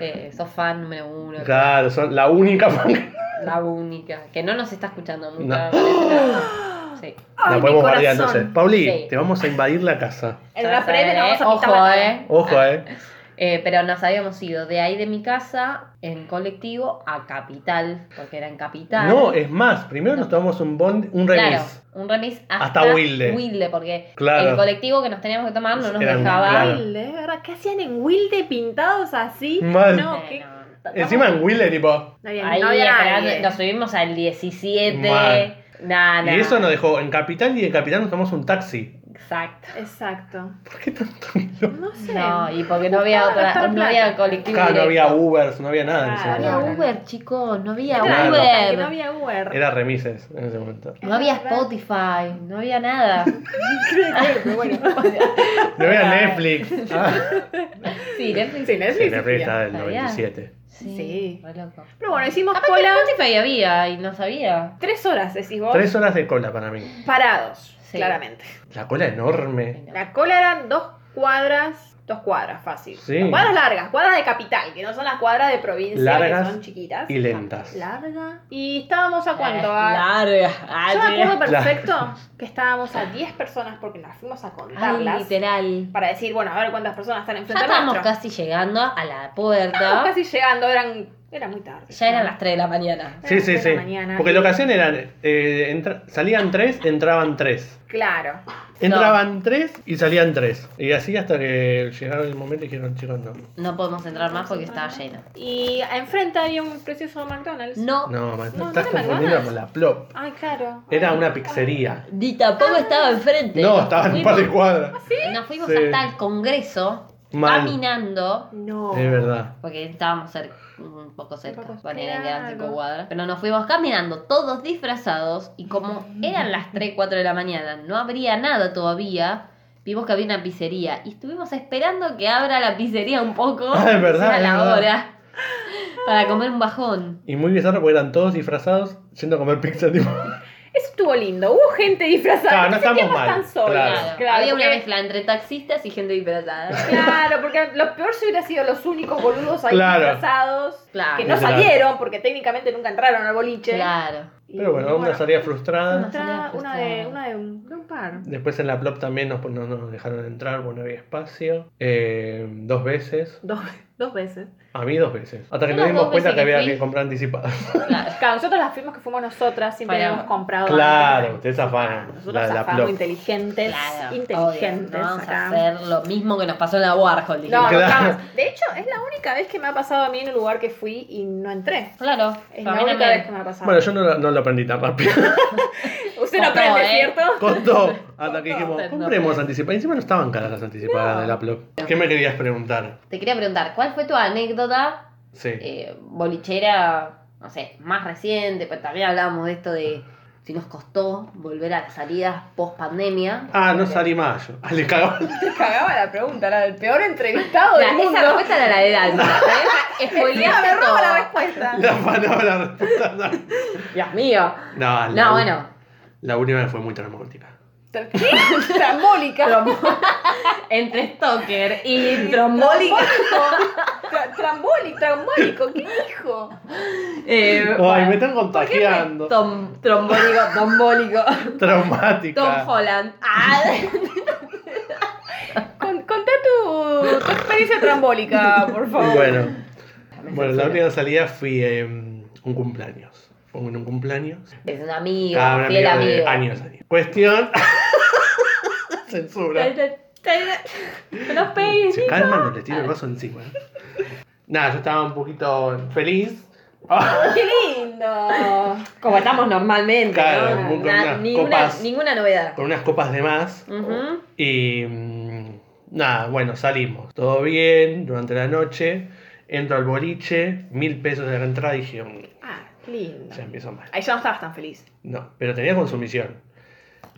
A: Eh, sos fan número uno.
C: Claro, son la única fan que-
A: La única. Que no nos está escuchando nunca.
C: No.
A: parece. Sí.
B: Ay,
C: La
B: mi corazón.
C: podemos bardear entonces. Pauli,
A: Sí.
C: te vamos a invadir la casa.
B: En
A: Ya
B: la previa
A: saben,
B: nos vamos a
A: eh.
B: pintar
A: Ojo,
B: la-
A: eh.
C: Ojo, eh.
A: Eh, pero nos habíamos ido de ahí de mi casa, en colectivo, a Capital, porque era en Capital.
C: No, es más, primero nos tomamos un bond, un remis.
A: Claro, un remis hasta,
C: Hasta Wilde.
A: porque
C: Claro.
A: el colectivo que nos teníamos que tomar no nos
C: Era un-
A: dejaba.
C: claro.
B: Wilde, de ¿verdad? ¿Qué hacían en Wilde pintados así?
C: Mal.
B: No,
A: Eh,
B: qué.
A: no.
C: Encima en Wilde, tipo.
B: No había,
A: Ahí
B: no había
A: esperando,
B: nadie.
A: nos subimos al 17.
C: Mal.
A: Nada,
C: Y eso nos dejó en Capital y en Capital nos tomamos un taxi.
A: Exacto.
B: Exacto.
C: ¿Por qué tanto?
B: No sé.
A: No, y porque no había
B: Buscaba
A: otra,
B: gastar
A: no
B: plata.
A: había colectivo.
C: Claro, Ah, no
A: directo.
C: había Ubers, no había nada en ese
B: Claro,
A: No había
C: momento.
B: Claro.
A: Uber, chicos, no había
B: Era
C: Claro.
B: la época en que
A: Uber.
B: no había Uber.
C: Era remises en ese momento.
A: No había Spotify, no había nada.
B: Pero bueno.
C: No había Netflix. Ah.
A: Sí, Netflix.
B: Sí, Netflix
C: Sí, Netflix
B: existía.
C: está del
A: Sabía.
C: 97.
A: Sí.
B: Sí.
A: re loco.
B: Pero bueno, hicimos
A: Aparte,
B: cola
A: Spotify había y no sabía.
B: tres horas, decís vos.
C: Tres horas de cola para mí.
B: Parados,
A: Sí.
B: claramente.
C: La cola enorme.
B: La cola eran dos cuadras, dos cuadras, fácil.
C: Sí.
B: Dos Cuadras largas, cuadras de capital, que no son las cuadras de provincia,
C: Largas
B: que son chiquitas.
C: Y lentas.
B: Larga. Y estábamos
A: Ah,
B: a cuánto? A-
A: Larga.
B: Yo me
A: Ah,
B: acuerdo
C: La-
B: perfecto que estábamos a 10 personas porque nos fuimos a
A: Ay,
B: contarlas.
A: literal.
B: para decir, bueno, a ver cuántas personas están
A: Ya
B: enfrente
A: estábamos
B: nuestro.
A: casi llegando a la
B: Estábamos
A: puerta.
B: casi llegando, eran, era muy tarde.
A: Ya eran las 3 de la mañana.
C: Sí, sí,
B: Eran
C: sí.
B: de la mañana.
C: Porque lo que hacían era, eh, entra- salían tres, entraban tres.
B: Claro.
C: Entraban tres y salían tres. Y así hasta que llegaron el momento y dijeron, chicos, no.
A: No podemos entrar más porque estaba lleno.
B: Y enfrente había un precioso McDonald's.
A: No,
C: No, ma-
B: No,
C: estás
B: no te
C: confundiendo
B: McDonald's.
C: con la plop.
B: Ay, claro.
C: Era
B: Ay,
C: una
B: ay.
C: pizzería.
A: ni tampoco estaba enfrente.
C: No,
A: Ah. Nos
C: estaban un
A: fuimos-
C: par de cuadras.
A: Nos fuimos
C: Sí.
A: hasta el congreso
C: Mal.
A: caminando.
B: No.
C: Es verdad.
A: Porque estábamos cerca, un poco cerca,
B: Un poco,
A: bueno, eran quedan
B: claro.
A: cinco cuadras. Pero nos fuimos caminando todos disfrazados y como eran las 3, 4 de la mañana, no habría nada todavía, vimos que había una pizzería y estuvimos esperando que abra la pizzería un poco
C: Ah, es verdad,
A: a
C: es
A: la
C: verdad.
A: hora para comer un bajón.
C: Y muy bizarro porque eran todos disfrazados yendo a comer pizza. Tipo.
B: Es estuvo lindo. Hubo gente disfrazada.
C: Claro, no
B: nos sentíamos
C: estamos mal,
B: tan solos.
A: Claro.
C: Claro.
A: Había una
B: porque-
A: mezcla entre taxistas y gente disfrazada.
B: Claro, porque lo peor si hubiera sido los únicos boludos ahí
C: Claro.
B: disfrazados
A: Claro.
B: que no
C: Literal.
B: salieron porque técnicamente nunca entraron al boliche.
A: Claro.
B: Y
C: Pero bueno, una salida frustrada.
A: Una salida
B: Una, una de,
A: frustrada.
B: una de un, de un par.
C: Después en la plop también nos, no nos dejaron entrar porque no había espacio. Eh, dos veces.
B: Dos, dos veces.
C: A mí dos veces. Hasta que
A: Yo
C: nos
A: las
C: dimos
A: dos
C: cuenta
A: veces
C: que
A: que
C: había
A: fui-
C: que comprar anticipada.
A: Claro.
B: Claro, nosotros las firmas que fuimos nosotras siempre
A: Para-
B: habíamos comprado.
C: Claro,
B: antes.
C: ustedes zafaron.
B: Nosotros
C: La de la
B: zafamos
C: plop.
B: inteligentes.
A: Claro,
B: inteligentes
A: obvio, no vamos
B: acá.
A: a hacer lo mismo que nos pasó en la Warhol.
B: No, no
A: dijimos.
C: Claro.
B: entramos. De hecho, es la única vez que me ha pasado a mí en un lugar que fui y no entré.
A: Claro,
B: Es
A: a
B: la
A: mí no
B: única
A: me-
B: vez que me ha pasado.
C: Bueno, yo no, lo- no lo aprendí tan rápido.
B: Usted no
A: Con todo,
B: aprende,
A: ¿eh?
B: ¿cierto?
C: Costó. Hasta que dijimos,
A: No, no,
C: compremos
A: no.
C: anticipadas. Encima no estaban caras las anticipadas
B: No.
C: de la plop. ¿Qué me querías preguntar?
A: Te quería preguntar, ¿cuál fue tu anécdota
C: Sí.
A: eh, bolichera, no sé, más reciente? Pues también hablábamos de esto de si nos costó volver a las salidas post pandemia.
C: Ah, no salí más yo. Ah, le cagaba.
B: Te cagaba la pregunta, era el peor entrevistado del mundo.
A: esa respuesta era la de Dalma. ¿eh?
B: Encima me
A: Spoileaste
B: roba la
A: todo.
B: respuesta.
C: La palabra respuesta.
A: Dios mío.
C: No, la,
A: No, bueno.
C: La última vez fue muy traumática.
B: ¿Qué? Trambólica.
A: Entre Stoker y Trombólica.
B: Tra- Trambólico, trambólico, ¿qué dijo?
A: Eh,
C: Ay,
A: bueno.
C: me están contagiando.
A: Tom, trombólico, tombólico. Tom
C: Traumática.
A: Holland. Ah,
B: Con- contá tu, tu experiencia trambólica, por favor.
C: Bueno, bueno, la última salida fui eh, un cumpleaños. Fue en un cumpleaños.
A: Es un amigo,
C: Ah, una
A: fiel
C: amiga
A: amigo.
C: de años, años. Cuestión. Censura.
A: Me los pegues.
C: Se calman, no le tiro el vaso encima. Nada, yo estaba un poquito feliz.
B: ¡Qué lindo!
A: Como estamos normalmente.
C: Claro,
A: ¿no?
C: con
A: Na-
C: unas
A: ninguna,
C: copas.
A: ninguna novedad.
C: con unas copas de más.
A: Ujú.
C: Y mm, nada, bueno, salimos. Todo bien, durante la noche. Entro al boliche, mil pesos de la entrada y dije, "Mm,
B: Ah, lindo.
C: ya empiezo mal.
B: Ahí ya no estabas tan feliz.
C: No, pero tenía consumición.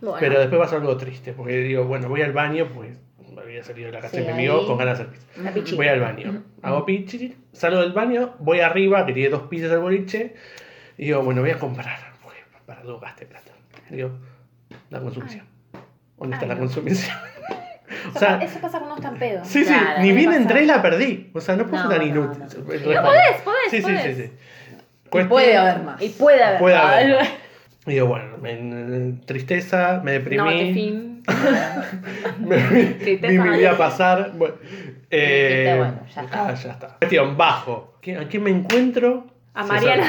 B: Bueno.
C: Pero después pasó algo triste, porque digo, bueno, voy al baño, pues me había salido de la
A: Sí,
C: casa de mi
A: ahí.
C: amigo con ganas de hacer pis.
B: La pichita.
C: Voy al baño, hago pichi, salgo del baño, voy arriba, que tiene dos pisos al boliche, y digo, bueno, voy a comprar, porque para todo gaste plata. Digo, la consumición. ¿Dónde está
B: Ay,
C: la
B: no.
C: consumición?
B: Eso,
C: o sea,
B: pa- eso pasa cuando uno está en pedo.
C: Sí, sí,
A: Claro,
C: ni
A: me
C: bien
B: pasa.
C: entré y la perdí. O sea, no puedo
A: No,
C: ser tan
A: no,
C: inútil.
A: no.
C: No podés,
B: podés,
C: Sí, sí, sí,
B: podés.
C: sí.
A: Y
C: Cuestión-
A: puede haber más.
B: Y puede haber.
C: Puede
B: Ah,
C: haber. Y digo, bueno, me, eh, tristeza, me
B: No, te
C: deprimí.
B: fin.
C: me vi
B: Tristeza,
C: vi
B: no.
C: mi vida pasar. Bueno, eh,
A: bueno, ya está.
C: ah, ya está. Cuestión, bajo. ¿Qué- ¿A quién me encuentro?
B: A
C: Se
B: Mariana.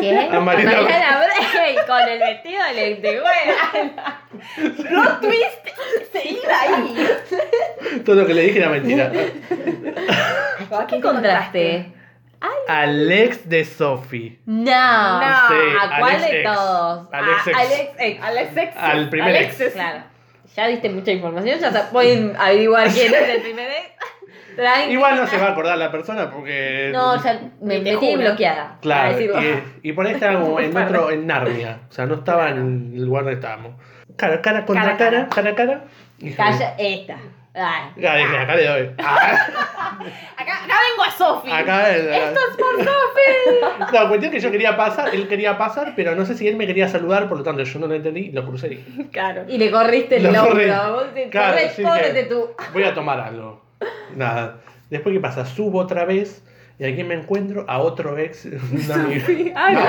A: ¿Qué?
C: A Mariana-
A: Bray con el vestido de lentejuela.
B: Plot twist. Se iba ahí.
C: Todo lo que le dije era mentira.
A: ¿A ¿Qué contraste?
C: Alex de Sofi.
A: No.
B: No.
A: Ah, ¿A cuál
C: Alex
A: de
C: ex.
A: todos?
C: Alex
A: A-
C: ex.
A: Alex ex.
B: Alex ex.
C: Al primer
B: Alex
C: ex.
B: ex.
A: Claro. Ya diste mucha información, ya sa- pueden averiguar quién es el primer ex. Tranqui.
C: Igual no se va a acordar la persona porque.
A: No, ya me
B: Ni te
A: metí
B: juro.
A: bloqueada. para
C: Claro,
A: decirlo.
C: y, y por ahí estaba como en otro, en Narnia. O sea, no estaba en el lugar donde estábamos. Cara, cara, contra
B: Cara
C: cara,
B: a
C: cara, cara. Y dije,
A: Calla esta. Ay.
C: "Ah, dije, acá le doy. Ah,
B: Acá, acá vengo a Sofi.
C: acá el-
B: Esto es por Sofi.
C: No, cuestión que yo quería pasar, él quería pasar, pero no sé si él me quería saludar, por lo tanto yo no lo entendí y lo crucé. y dije,
B: Claro.
A: Y le corriste el
C: Lo
A: hombro.
C: corrí.
A: Vos te-
C: Claro,
A: corre,
C: sí,
A: córrete
C: que-
A: tú.
C: Voy a tomar algo. Nada. Después, ¿qué pasa? Subo otra vez y aquí me encuentro a otro ex. un amigo.
B: Ay, no.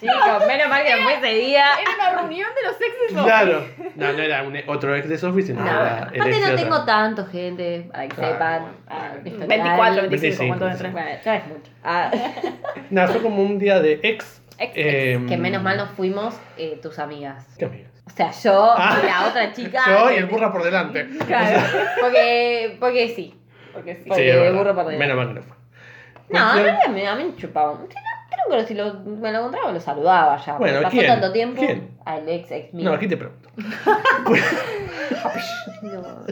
A: Chicos, menos mal que no fue ese día.
B: Era una reunión de los exes. Sofi.
C: Claro. No, no era un- otro ex de Sofi, sino
A: No,
C: era el
A: aparte
C: ex
A: no
C: de
A: tengo
C: otra.
A: tanto, gente, para que
C: Claro,
A: sepan.
C: bueno.
A: Ah, esto es
B: 24,
A: real.
B: 25,
C: 25,
B: ¿cuánto
C: sí.
B: entras?
A: Bueno, ya es mucho. Ah,
C: Nada, fue como un día de ex.
B: Ex, ex.
C: em,
A: que menos mal nos fuimos eh, tus amigas.
C: ¿Qué amigas?
A: O sea, yo
C: Ah.
A: y la otra chica.
C: Yo y el burra por delante.
A: Claro, porque, porque sí.
B: Porque sí.
A: Porque
C: es verdad.
A: burro para adelante.
C: Menos mal que no fue.
A: No, en
C: Cuestión-
A: realidad me, a mí me chupaba un. sí, no, Creo que si lo, me lo encontraba lo saludaba ya.
C: Bueno,
A: pasó
C: ¿quién?
A: tanto tiempo.
C: ¿Quién?
A: Al ex ex mío.
C: No, aquí te pregunto.
A: No,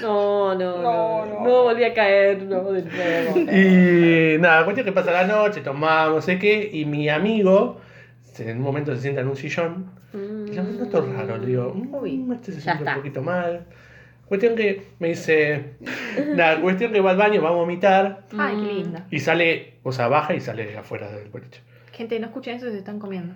A: no, no,
B: No,
A: no,
B: no.
A: no volví a caer, no, de nuevo.
C: Y nada, cuestión que pasa la noche, tomamos, no sé qué, y mi amigo se- en un momento se sienta en un sillón. Y lo noto raro, le digo, "Mm,
A: Uy,
C: este se
A: ya
C: siente
A: está.
C: un poquito mal. Cuestión que me dice, nada, cuestión que va al baño, va a vomitar,
B: Ay, qué linda.
C: y sale, o sea, baja y sale afuera del boliche.
B: Gente, no escuchen eso si se están comiendo.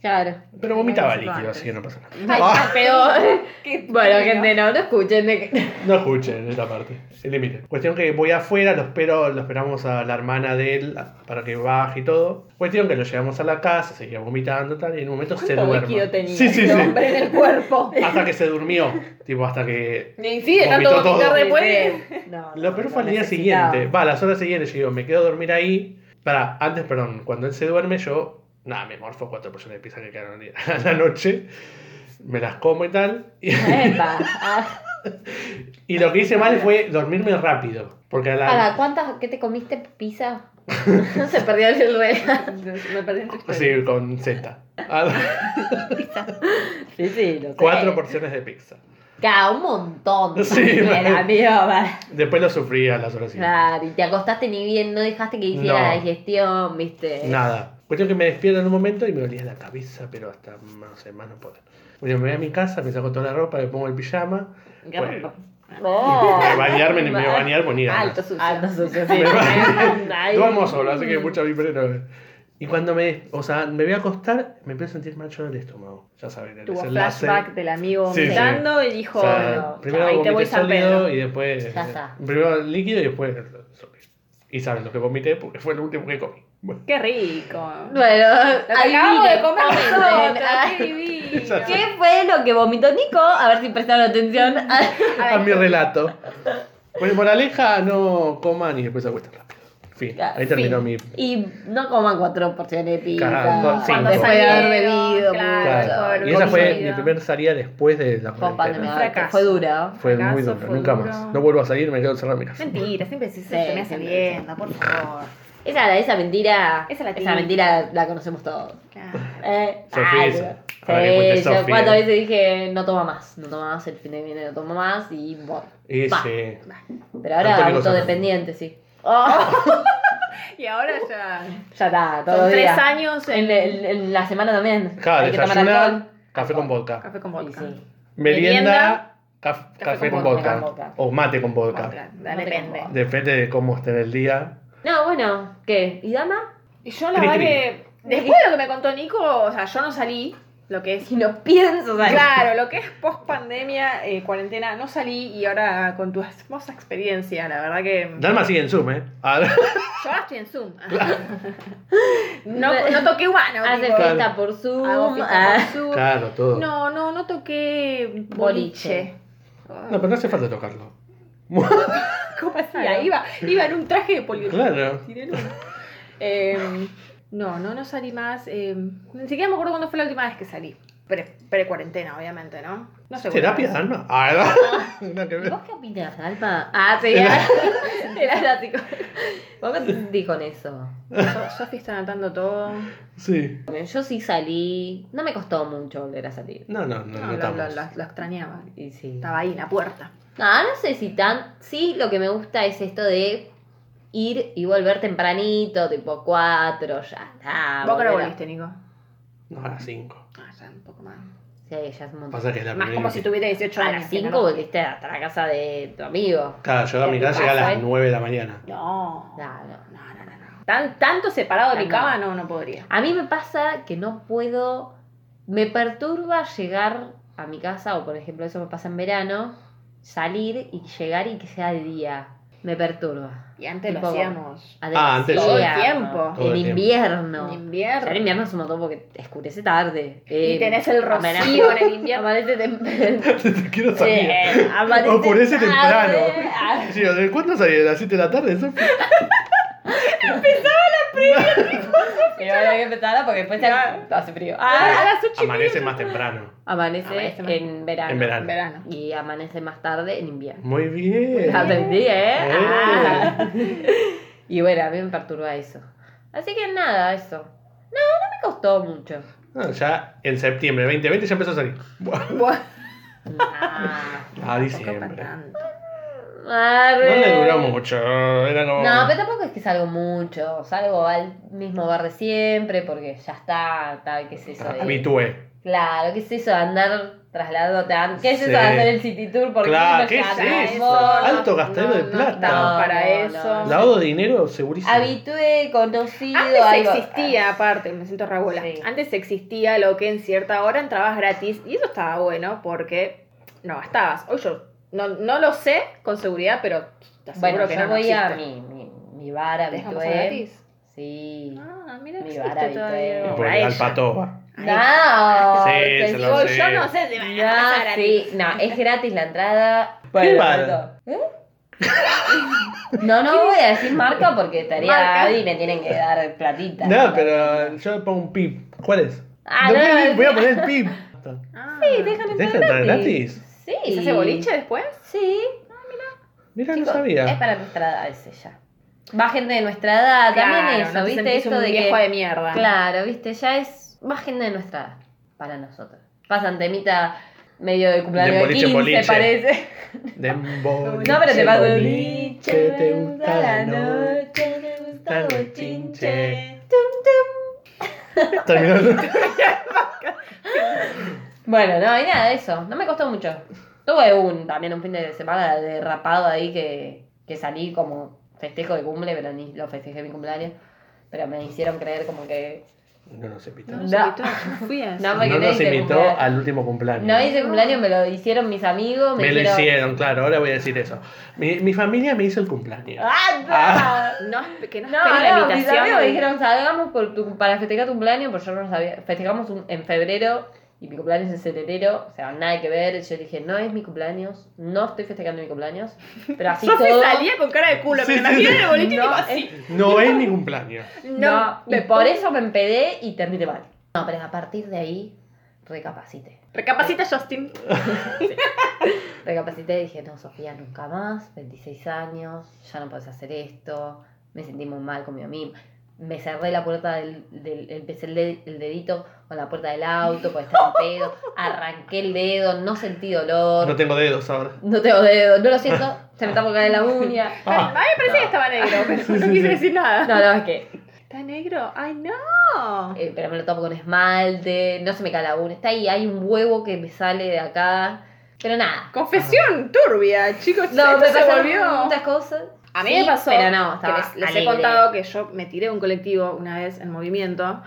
A: Claro.
C: Pero vomitaba
B: Ay,
C: líquido,
B: padre.
C: así que no pasa nada.
B: Ay,
C: Ah,
B: pero.
D: Bueno, gente, no, no escuchen. de que-
C: no escuchen esta parte. El límite. Cuestión que voy afuera, lo espero, lo esperamos a la hermana de él para que baje y todo. Cuestión que lo llevamos a la casa, seguía vomitando tal, y en un momento se
D: ¿Cuánto
C: duerme.
D: líquido tenía
C: sí, sí,
D: ese
C: sí.
D: hombre en el cuerpo?
C: Hasta que se durmió. tipo, hasta que.
B: Y sí, de
C: Vomitó
B: tanto vomitar
C: todo.
B: después.
D: No,
C: Lo
D: no,
C: peor
D: no
C: fue al día
D: necesitaba.
C: siguiente. Va, a las horas siguientes yo digo, me quedo a dormir ahí. Para, antes, perdón, cuando él se duerme, yo. Nada, me morfo cuatro personas de pizza que quedaron ahí a la noche. Me las como y tal. Y,
D: Epa, ah,
C: y lo que hice mal fue dormirme rápido. Porque a la.
A: Para, ¿cuántas? ¿Qué te comiste? ¿Pizza?
D: se perdió el reloj.
B: Me perdí en tu historia.
C: Sí, con Z. A la-
D: Sí, sí, lo sé.
C: Cuatro porciones de pizza.
A: Cada un montón.
C: Sí,
D: Era amigo, va.
C: después lo sufrí a las horas siguientes.
A: Claro, y te acostaste ni bien, no dejaste que hiciera
C: No.
A: la digestión, viste.
C: Nada. Cuestión que me despierto en un momento y me olía la cabeza, pero hasta no sé, más no puedo. Bueno, me voy a mi casa, me saco toda la ropa, me pongo el pijama. Bueno,
A: Oh.
C: para bañarme, ni me voy a bañar, ponía.
B: Alto sucio.
D: Ah, no sucio, sí.
C: Me
D: Ay.
C: Duermo solo, así que mucha diferencia no. Y cuando me, o sea, me voy a acostar, me empiezo a sentir macho del estómago. Ya saben, el
B: Tuvo
C: desenlace.
B: flashback del amigo
C: Sí, sí.
B: vomitando y dijo:
C: O sea,
B: "No,
C: primero
B: Ahí te voy
C: vomité
B: San
C: sólido
B: Pedro.
C: y después.
A: Ya está.
C: Primero líquido y después sólido. Y saben lo que vomité porque fue el último que comí. Bueno,
B: Qué rico.
A: Bueno,
B: Lo que acabamos
A: adivinen,
B: de comer
A: comenten.
B: nosotros,
A: Ah,
B: qué divino.
C: Exacto.
A: ¿Qué fue lo que vomitó Nico? A ver si prestaron atención.
C: a este mi relato. Pues moraleja, no coman y después se acuestan rápido. Fin. Ahí terminó
A: Fin.
C: mi.
A: Y no coman cuatro porciones de pizza.
C: Claro, con cinco.
A: Después de haber bebido
B: Claro,
A: mucho.
C: Claro.
B: claro,
C: Y esa fue
B: comida.
C: mi primera salida después de la
A: Post
C: cuarentena.
A: pandemia.
B: Fracaso.
A: Fue dura.
C: Fue
B: Fracaso,
C: muy duro,
B: fue
C: nunca
B: duro.
C: más. No vuelvo a salir, me quedo encerrado en mi casa.
B: Mentira, siempre se,
A: Sí,
B: se me hace
A: siempre.
B: vienda, por favor.
A: Esa, esa mentira.
B: Esa la
A: esa
B: típica.
A: mentira la conocemos todos.
B: Claro.
A: Eh,
C: Sofía,
A: ay,
C: para que cuente
A: sí, yo
C: Sofía.
A: cuántas veces dije no toma más, no toma más, el fin de viene no toma más y bueno.
C: Y
A: Pa.
C: sí.
A: Pero ahora
C: Alcohólicos
A: autodependiente, sí.
B: Y ahora ya.
A: Ya está, todo
B: Son
A: el
B: tres
A: día.
B: años en
A: En, en- en la semana también.
C: Claro,
A: Hay que tomar alcohol.
C: desayunar, café con vodka.
B: café con
A: Y
B: vodka.
A: sí.
C: Merienda,
B: Merienda,
C: caf- café,
B: café
C: con,
B: con
C: vodka.
A: vodka. Vodka.
C: O mate con vodka.
B: Vodka, da-
A: No
B: depende.
A: tengo.
C: Depende de cómo esté el día.
A: No, bueno, ¿qué? ¿Y dama?
B: Y yo la
C: Cri,
B: verdad
C: cri.
B: que. Después de lo que me contó Nico, o sea, yo no salí. Lo que es.
A: Si no pienso, ¿sabes?
B: Claro, lo que es post pandemia, eh, cuarentena, no salí y ahora con tu hermosa experiencia, la verdad que.
C: Dalma sigue en Zoom, ¿eh? Ah,
B: Yo ahora estoy en Zoom. No, no toqué guano.
A: Hace
B: tipo,
A: fiesta
C: Claro.
A: por Zoom.
B: hago fiesta
A: ah.
B: por Zoom.
C: claro, todo. No.
B: No, no, no toqué boliche.
C: pero no hace falta tocarlo.
B: ¿Cómo hacía? Iba, iba en un traje de polio.
C: Claro.
B: Tiré el uno. Em, no, no, no salí más. em, ni siquiera me acuerdo cuándo fue la última vez que salí. Pre- Pre-cuarentena, obviamente, ¿no? No sé.
C: ¿Terapia,
B: cuándo.
C: Dalma? Ah, no. Nada que
A: ¿Y
C: ver.
A: vos qué opinas, Alma? Ah, sí,
C: Era-
A: era la psico- ¿Vos qué sentís con eso?
B: So- Sofi está anotando todo.
C: Sí.
A: Bueno, Yo sí salí. No me costó mucho volver a salir.
C: No, no, no,
B: No,
C: no
B: lo, lo-
C: estamos.
B: lo- lo extrañaba.
A: Y sí.
B: Estaba ahí en la puerta.
A: No, no sé si tan. Sí, lo que me gusta es esto de ir y volver tempranito, tipo 4, ya está.
B: ¿Vos que no
A: volver a-
B: volviste, Nico?
C: No, a las 5.
B: Ah, ya un poco más.
A: Sí, ya es un montón.
C: Pasa que es la
B: Más
C: primera.
B: como si tuviera 18
A: A
B: años.
A: las
B: que
A: 5
B: no-
A: volviste hasta la casa de tu amigo.
C: Claro, yo a mi
A: ¿Qué
C: casa llegué a
A: pasa,
C: las
A: eh?
C: 9 de la mañana.
B: No. No,
A: No, no.
B: no, no. no. Tan, tanto separado de mi
A: No.
B: cama, no, no podría.
A: A mí me pasa que no puedo. Me perturba llegar a mi casa, o por ejemplo, eso me pasa en verano, salir y llegar y que sea de día. Me perturba.
B: Y antes lo
A: Tipo,
B: hacíamos.
C: Ah, antes
A: Demasiado.
B: Todo
C: sí.
B: el tiempo.
C: Todo el
A: en
C: tiempo.
A: invierno.
B: En
A: Ya en
B: invierno.
A: invierno es un montón porque oscurece tarde.
B: Y
A: Eh,
B: tenés el
A: amanece-
B: rocío en el invierno.
A: Amanece temprano.
C: Te quiero salir.
B: eh,
A: amanece
C: Oscurece
A: tarde.
C: temprano.
A: Ah,
C: Sí, ¿de cuándo salí? ¿De las 7 de la tarde? Eso fue-
A: Pero ahora hay que empezar porque después te hace frío. Ah,
B: A las 8 y media.
C: Amanece más temprano.
A: amanece,
B: Amanece más-
A: en verano.
C: En verano.
B: En verano.
A: Y amanece más tarde en invierno.
C: Muy bien.
A: Aprendí, ¿eh?
C: Eh.
A: Ah. Y bueno, a mí me perturba eso. Así que nada, eso. No, no me costó mucho.
C: Ah, ya en septiembre 2020 ya empezó a salir.
B: Buah,
A: Ah,
C: A
B: tampoco para
C: diciembre.
B: tanto.
C: No
A: arre.
C: le duró mucho. Era como.
A: Eh, No, pero tampoco es que salgo mucho, salgo al mismo bar de siempre, porque ya está, tal, qué es eso. de-
C: Habitué.
A: Claro, qué es eso de andar traslado tan. ¿Qué es
C: Sí.
A: eso de hacer el city tour? ¿Por
C: Claro,
A: qué
C: ¿qué
A: no
C: es
A: ya
C: eso?
A: traemos?
C: Alto gastadero de plata.
B: estamos para
A: No, no,
B: eso.
A: no.
C: Lavado de dinero segurísimo.
A: Habitué, conocido,
B: Antes
A: algo-
B: existía, aparte, me siento rabola.
A: Sí.
B: Antes existía lo que en cierta hora entrabas gratis y eso estaba bueno porque no gastabas. Hoy yo no, no lo sé con seguridad, pero te aseguro
A: Bueno,
B: que
A: yo
B: no, no
A: voy a
B: existe.
A: mi, mi, mi bar
B: ¿Te dejan
A: habitué.
B: pasar gratis?
A: Sí.
B: Ah, mira,
A: Mi
B: existe
A: barabito, eh.
B: todavía.
A: Por
C: Por
B: Ahora
C: el
B: ella.
C: Alpatoba.
B: Ahí.
A: No,
C: Sí,
A: te
C: se lo
A: Oh, digo,
B: Digo,
C: sé.
B: yo no sé si me van a pasar
A: No,
B: a ti.
A: sí, no, es gratis la entrada.
C: ¿Qué
A: Bueno,
C: bar?
A: perdón. ¿Eh? No, no voy a decir marca porque estaría
B: Marca.
A: Adi y me tienen que dar platita.
C: No, pero yo pongo un pip. ¿Cuál es?
A: Ah,
C: No,
A: no,
C: voy, a-
A: no,
C: voy a poner el pip.
B: Ah.
A: Sí, dejan
C: ¿Te
A: entrar
C: dejan entrar
A: gratis.
C: gratis?
A: Sí.
B: ¿Y se hace boliche después?
A: Sí.
C: Mira, no
A: Chicos, Es
C: sabía.
A: para nuestra edad ese ya. Va gente de nuestra edad, Ah, también
B: Claro,
A: eso,
B: no te
A: ¿viste?
B: sentís
A: Esto
B: un
A: de que...
B: viejo de mierda.
A: Claro, viste, ya es más gente de nuestra edad para nosotros. Pasan temita medio de cumpleaños
C: De
A: de,
C: boliche en
A: 15,
C: boliche.
A: parece.
C: De boliche,
A: No, pero te pasa el
C: boliche, te gusta la noche.
A: te gusta el bochinche.
C: Terminó el-
A: Bueno, no, y nada de eso. No me costó mucho. Tuve un también un fin de semana derrapado ahí que, que salí como festejo de cumple, pero ni lo festejé mi cumpleaños. Pero me hicieron creer como que.
C: No, no se pita.
B: No,
C: No,
A: No.
B: no, invitó, yo fui a eso.
A: No, porque no,
C: nos
A: hice
C: invitó
A: cumpleaños.
C: al último cumpleaños.
A: No hice cumpleaños, me lo hicieron mis amigos. Me,
C: me lo
A: hicieron...
C: hicieron, claro, ahora voy a decir eso. Mi, mi familia me hizo el cumpleaños.
A: ¡Ah! no!
B: No, es que no,
A: No,
B: es pedir la
A: no, mis
B: invitación.
A: amigos me dijeron, salgamos por tu- para festejar tu cumpleaños, pero yo no lo sabía. Festejamos un- en febrero y mi cumpleaños es en enero, o sea, nada que ver. Yo dije, no es mi cumpleaños, no estoy festejando mi cumpleaños, pero así
B: Sofi
A: todo...
B: salía con cara de culo,
C: Sí,
B: me
C: sí,
B: imagino
C: sí.
B: en el boliche y
A: No,
B: tipo así.
C: No es mi cumpleaños.
A: No, y
B: me
A: por eso me empedé y terminé mal. No, pero a partir de ahí recapacité.
B: Recapacita Justin.
A: Recapacité y dije, no, Sofía, nunca más, 26 años, ya no puedes hacer esto, me sentí muy mal conmigo misma. Me cerré la puerta del, del empecé el, de- el dedito con la puerta del auto, porque estaba en pedo, arranqué el dedo, no sentí dolor,
C: No
A: no,
C: tengo dedos ahora.
A: tengo dedo, no lo siento, se me está por caer la uña.
B: A mí
C: Ah,
B: me parecía que estaba negro, pero no quise decir nada.
A: No, no, es que,
B: ¿Está negro? ¡Ay, no!
A: eh, pero me lo topo con esmalte, no se me cae la uña, está ahí, hay un huevo que me sale de acá, pero nada.
B: Confesión turbia, chicos.
A: No,
B: esto
A: me
B: se
A: pasaron
B: volvió.
A: muchas cosas.
B: A mí
A: Sí,
B: me pasó.
A: Pero no,
B: que
A: estaba
B: les, les he
A: alegre.
B: contado que yo me tiré de un colectivo una vez en movimiento.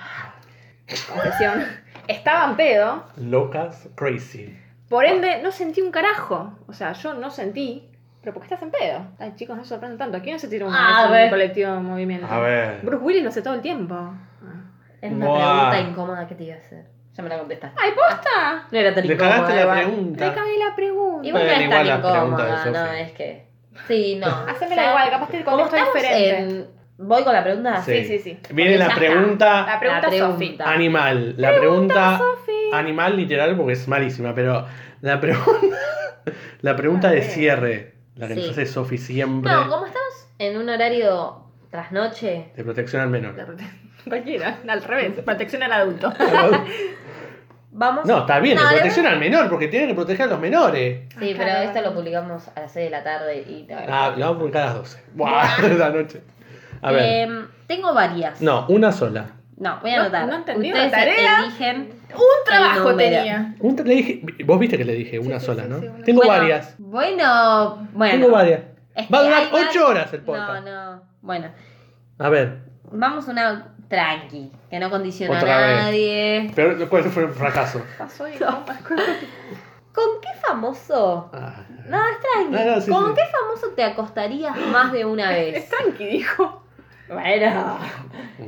B: Confesión. Estaba en pedo.
C: locas crazy.
B: Por ende, no sentí un carajo. O sea, yo no sentí. Pero porque estás en pedo. Ay, chicos, no se sorprenden tanto. Aquí no se tira un,
A: A
B: un
A: ver.
B: colectivo en movimiento.
C: A ver.
B: Bruce Willis lo hace todo el tiempo. Ah.
A: Es una
C: Buah.
A: pregunta incómoda que te iba a hacer. Ya me la contestaste.
B: ¡Ay, posta!
A: No era tan
C: Le
A: incómoda.
C: cagaste la
A: igual.
B: Le
C: pregunta.
B: cagué la pregunta.
A: Igual no
C: Bueno,
A: es tan
C: igual la pregunta
A: incómoda,
C: de
A: no,
C: Sofi.
A: es que. Sí, no.
B: Hacémela
A: O sea,
B: igual, capaz que
A: como
B: contesto
A: estamos
B: diferente.
A: en- Voy con la pregunta.
C: Sí.
B: Sí, sí, sí.
C: Viene la
A: Porque ya
B: La
C: pregunta
B: pregunta,
A: La pregunta.
B: Sofi.
C: animal. La pregunta
B: Sofi.
C: animal literal porque es malísima, pero la pregunta la pregunta de cierre, la que nos
A: Sí.
C: hace Sofi siempre
A: No, como estamos en un horario trasnoche,
C: de protección al menor.
B: Cualquiera, al revés. Protección al adulto.
A: vamos.
C: No, está bien, de
A: No, la
C: protección al menor porque tiene que proteger a los menores.
A: Sí,
B: Ah,
A: pero
B: claro,
A: esto
B: bueno.
A: lo publicamos a las 6 de la tarde y.
C: Ah, lo vamos a publicar a las 12. Buah, la noche. A ver.
A: Em, tengo varias.
C: No, una sola.
A: No, voy a
B: No-
A: anotar.
B: no entendí la
A: Ustedes
B: tarea.
A: eligen.
B: Un trabajo
A: número.
B: tenía.
C: Un- le dije, vos viste que le dije una
B: sí,
C: sola,
B: sí,
C: ¿no?
B: sí, una.
C: Tengo
A: Bueno,
C: varias.
A: Bueno, bueno.
C: Tengo varias.
A: Es
C: Va a
A: que
C: durar
A: hay varias-
C: 8 horas el podcast.
A: No, no. Bueno,
C: A ver,
A: vamos a una tranqui, que no condiciona
C: Otra
A: a
C: vez.
A: nadie.
C: pero ¿cuál fue un fracaso?
B: Pasó y
A: ¿Con qué famoso?
C: Ah.
A: No, es tranqui.
C: No, no, sí,
A: ¿Con
C: sí.
A: qué famoso te acostarías más de una
B: Es
A: vez?
B: tranqui, dijo.
A: bueno,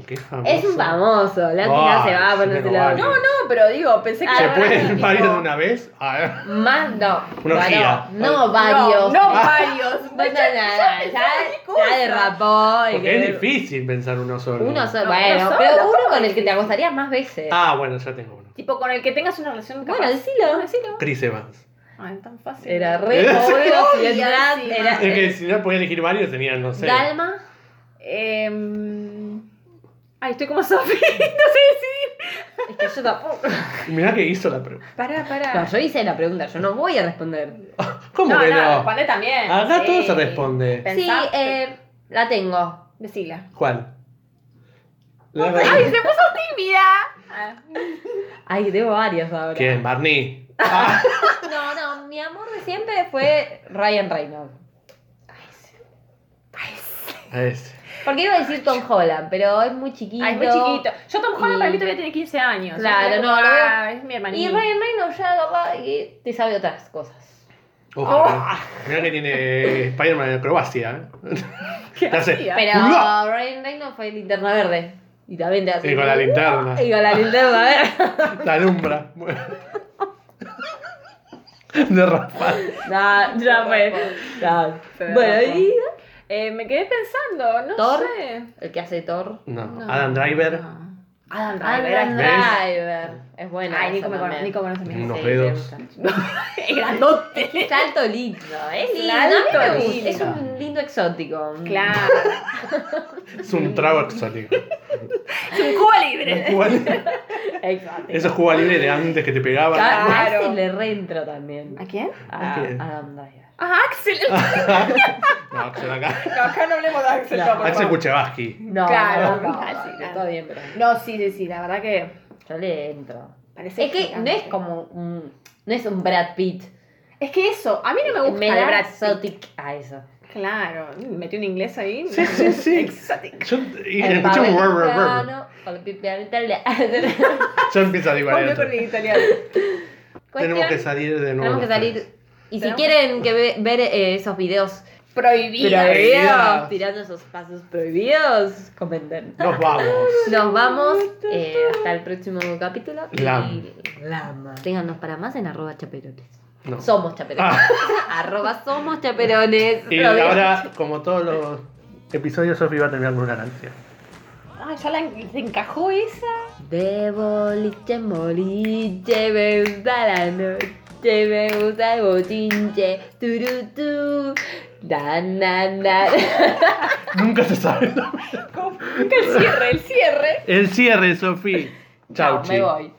C: Qué famoso.
A: es un famoso. La tira
C: Ah,
A: se va a
C: sí,
A: ponerse
C: no
A: la.
C: vale.
B: No, no, pero digo, pensé que.
A: Ah,
C: ¿Se
A: no,
C: puede
B: Tipo,
C: varios de una vez? A ver.
A: Más no.
C: Una
A: Bueno,
C: orgía.
A: No,
B: no,
A: varios.
B: No,
A: Bueno,
B: varios.
A: nada, ya, ya derrapó. y
C: Porque
A: que-
C: es difícil pensar uno solo.
A: Uno solo.
B: No,
A: bueno,
B: uno solo,
A: pero uno
B: solo
A: con el que
B: difícil.
A: te acostarías más veces.
C: Ah, bueno, ya tengo uno.
B: Tipo, con el que tengas una relación capaz.
A: bueno, decilo.
B: decilo.
C: Chris Evans.
B: Ay, tan fácil.
A: Era re
C: Sí,
A: pobre,
B: obvio,
A: si era-
B: encima.
A: era-
C: Es que si no podía elegir varios, tenía, no sé.
A: Dalma.
B: Em, Ay, estoy como Sofi. no sé decidir.
A: Es que yo tampoco.
C: Mirá que hizo la pregunta.
B: Pará, pará.
A: No, yo hice la pregunta, yo no voy a responder.
C: ¿Cómo
B: no,
C: que
B: no,
C: no?
B: responde también. Eh,
C: Acá
B: sí.
C: todo se responde.
B: Pensá.
A: Sí, eh, la tengo.
B: Decila.
C: ¿Cuál? La-
B: Ay, se puso tímida. Ah.
D: Ay, tengo varios ahora.
C: ¿Quién? Barney. Ah,
A: No, no, mi amor de siempre fue Ryan Reynolds.
C: es.
A: Porque iba a decir Tom Holland, pero es muy chiquito.
B: Ay, es muy chiquito. Yo Tom Holland
A: Y-
B: para mí todavía tiene 15 años.
A: Claro,
B: Yo
A: no,
B: como,
A: lo veo-
B: ah, es mi
A: Y
B: hermanito.
A: Ryan Reynolds ya capaz que te sabe otras cosas.
C: Ojo,
B: Oh.
C: Mira que tiene eh, Spider-Man en acrobacia. ¿eh?
B: ¿Qué
C: te hace-
B: hacía?
A: Pero
C: ¡Hola!
A: Ryan Reynolds fue linterna verde. Y también te hace.
C: Y Eh, con la linterna.
A: Y con la linterna verde.
C: La alumbra. De raspar.
D: Ya, ya fue. Ya.
B: Se
D: Bueno,
B: derrapó.
D: y.
B: Eh, me quedé pensando, no
A: Thor.
B: sé.
A: El que hace Thor.
C: No,
B: No.
C: Adam Driver.
B: No. Adam Driver.
A: Adam Driver. Es bueno.
B: Ay, Nico me conoce,
A: conoce.
B: Nico conoce mis
C: Unos
A: Sí,
C: dedos.
A: me gusta.
B: Es grandote.
A: Es alto lindo, es lindo.
B: Alto
A: a mí me gusta.
B: lindo.
A: Es un lindo exótico.
B: Claro.
C: Es un trago exótico.
B: es un cubo libre.
C: Igual,
D: Exacto.
C: Esos jugos libres de antes que te pegaban.
D: Ca-
B: Claro.
D: Casi le reentra también.
B: ¿A quién?
D: A
C: ¿Quién?
D: Adam Driver.
B: Ah, Axel.
C: No, Axel acá.
B: No, acá no hablemos de Axel.
D: Claro.
B: no, por
C: Axel
B: favor.
C: Kuchevaski.
D: No,
B: Claro,
D: no, no,
B: casi,
D: no,
B: claro.
D: todo bien, pero
B: No, sí, sí, sí, la verdad que
D: yo le entro.
B: parece
A: Es que no
B: gigante.
A: es como un, no es un Brad Pitt.
B: Es que eso, a mí no me gusta
A: Me
B: el
A: da
B: Brad Pitt.
A: exotic a eso.
B: Claro, metí un inglés ahí.
C: Sí, sí, sí.
B: Exotic.
C: Yo y escuché un rrr, rrr, rrr.
A: con el pipián italiano.
C: Yo empiezo a
B: Volvió
C: divagar.
B: con el italiano.
C: Tenemos
A: Cuestión,
C: que salir de nuevo.
A: tenemos que salir. Y si
B: Tenemos-
A: quieren que ve- ver eh, esos videos
B: Prohibido.
C: Pero- eh,
A: prohibidos, tirando esos pasos prohibidos, comenten.
C: Nos vamos.
A: Nos vamos eh, hasta el próximo capítulo.
C: Lam.
A: Y
D: Lama.
A: ténganos para más en arroba chaperones.
C: No.
A: Somos chaperones.
C: Ah,
A: Arroba somos chaperones.
C: y
A: Lo veo.
C: ahora, como todos los episodios, Sofi va a terminar con una canción.
B: Ah, ya la en- se encajó esa.
A: De boliche en boliche me gusta la noche, me gusta el bochinche, turu tu, na na na.
C: Nunca se sabe.
B: Como- El cierre, el cierre.
C: El cierre, Sofi.
A: me
C: Chau, chicos.
A: voy.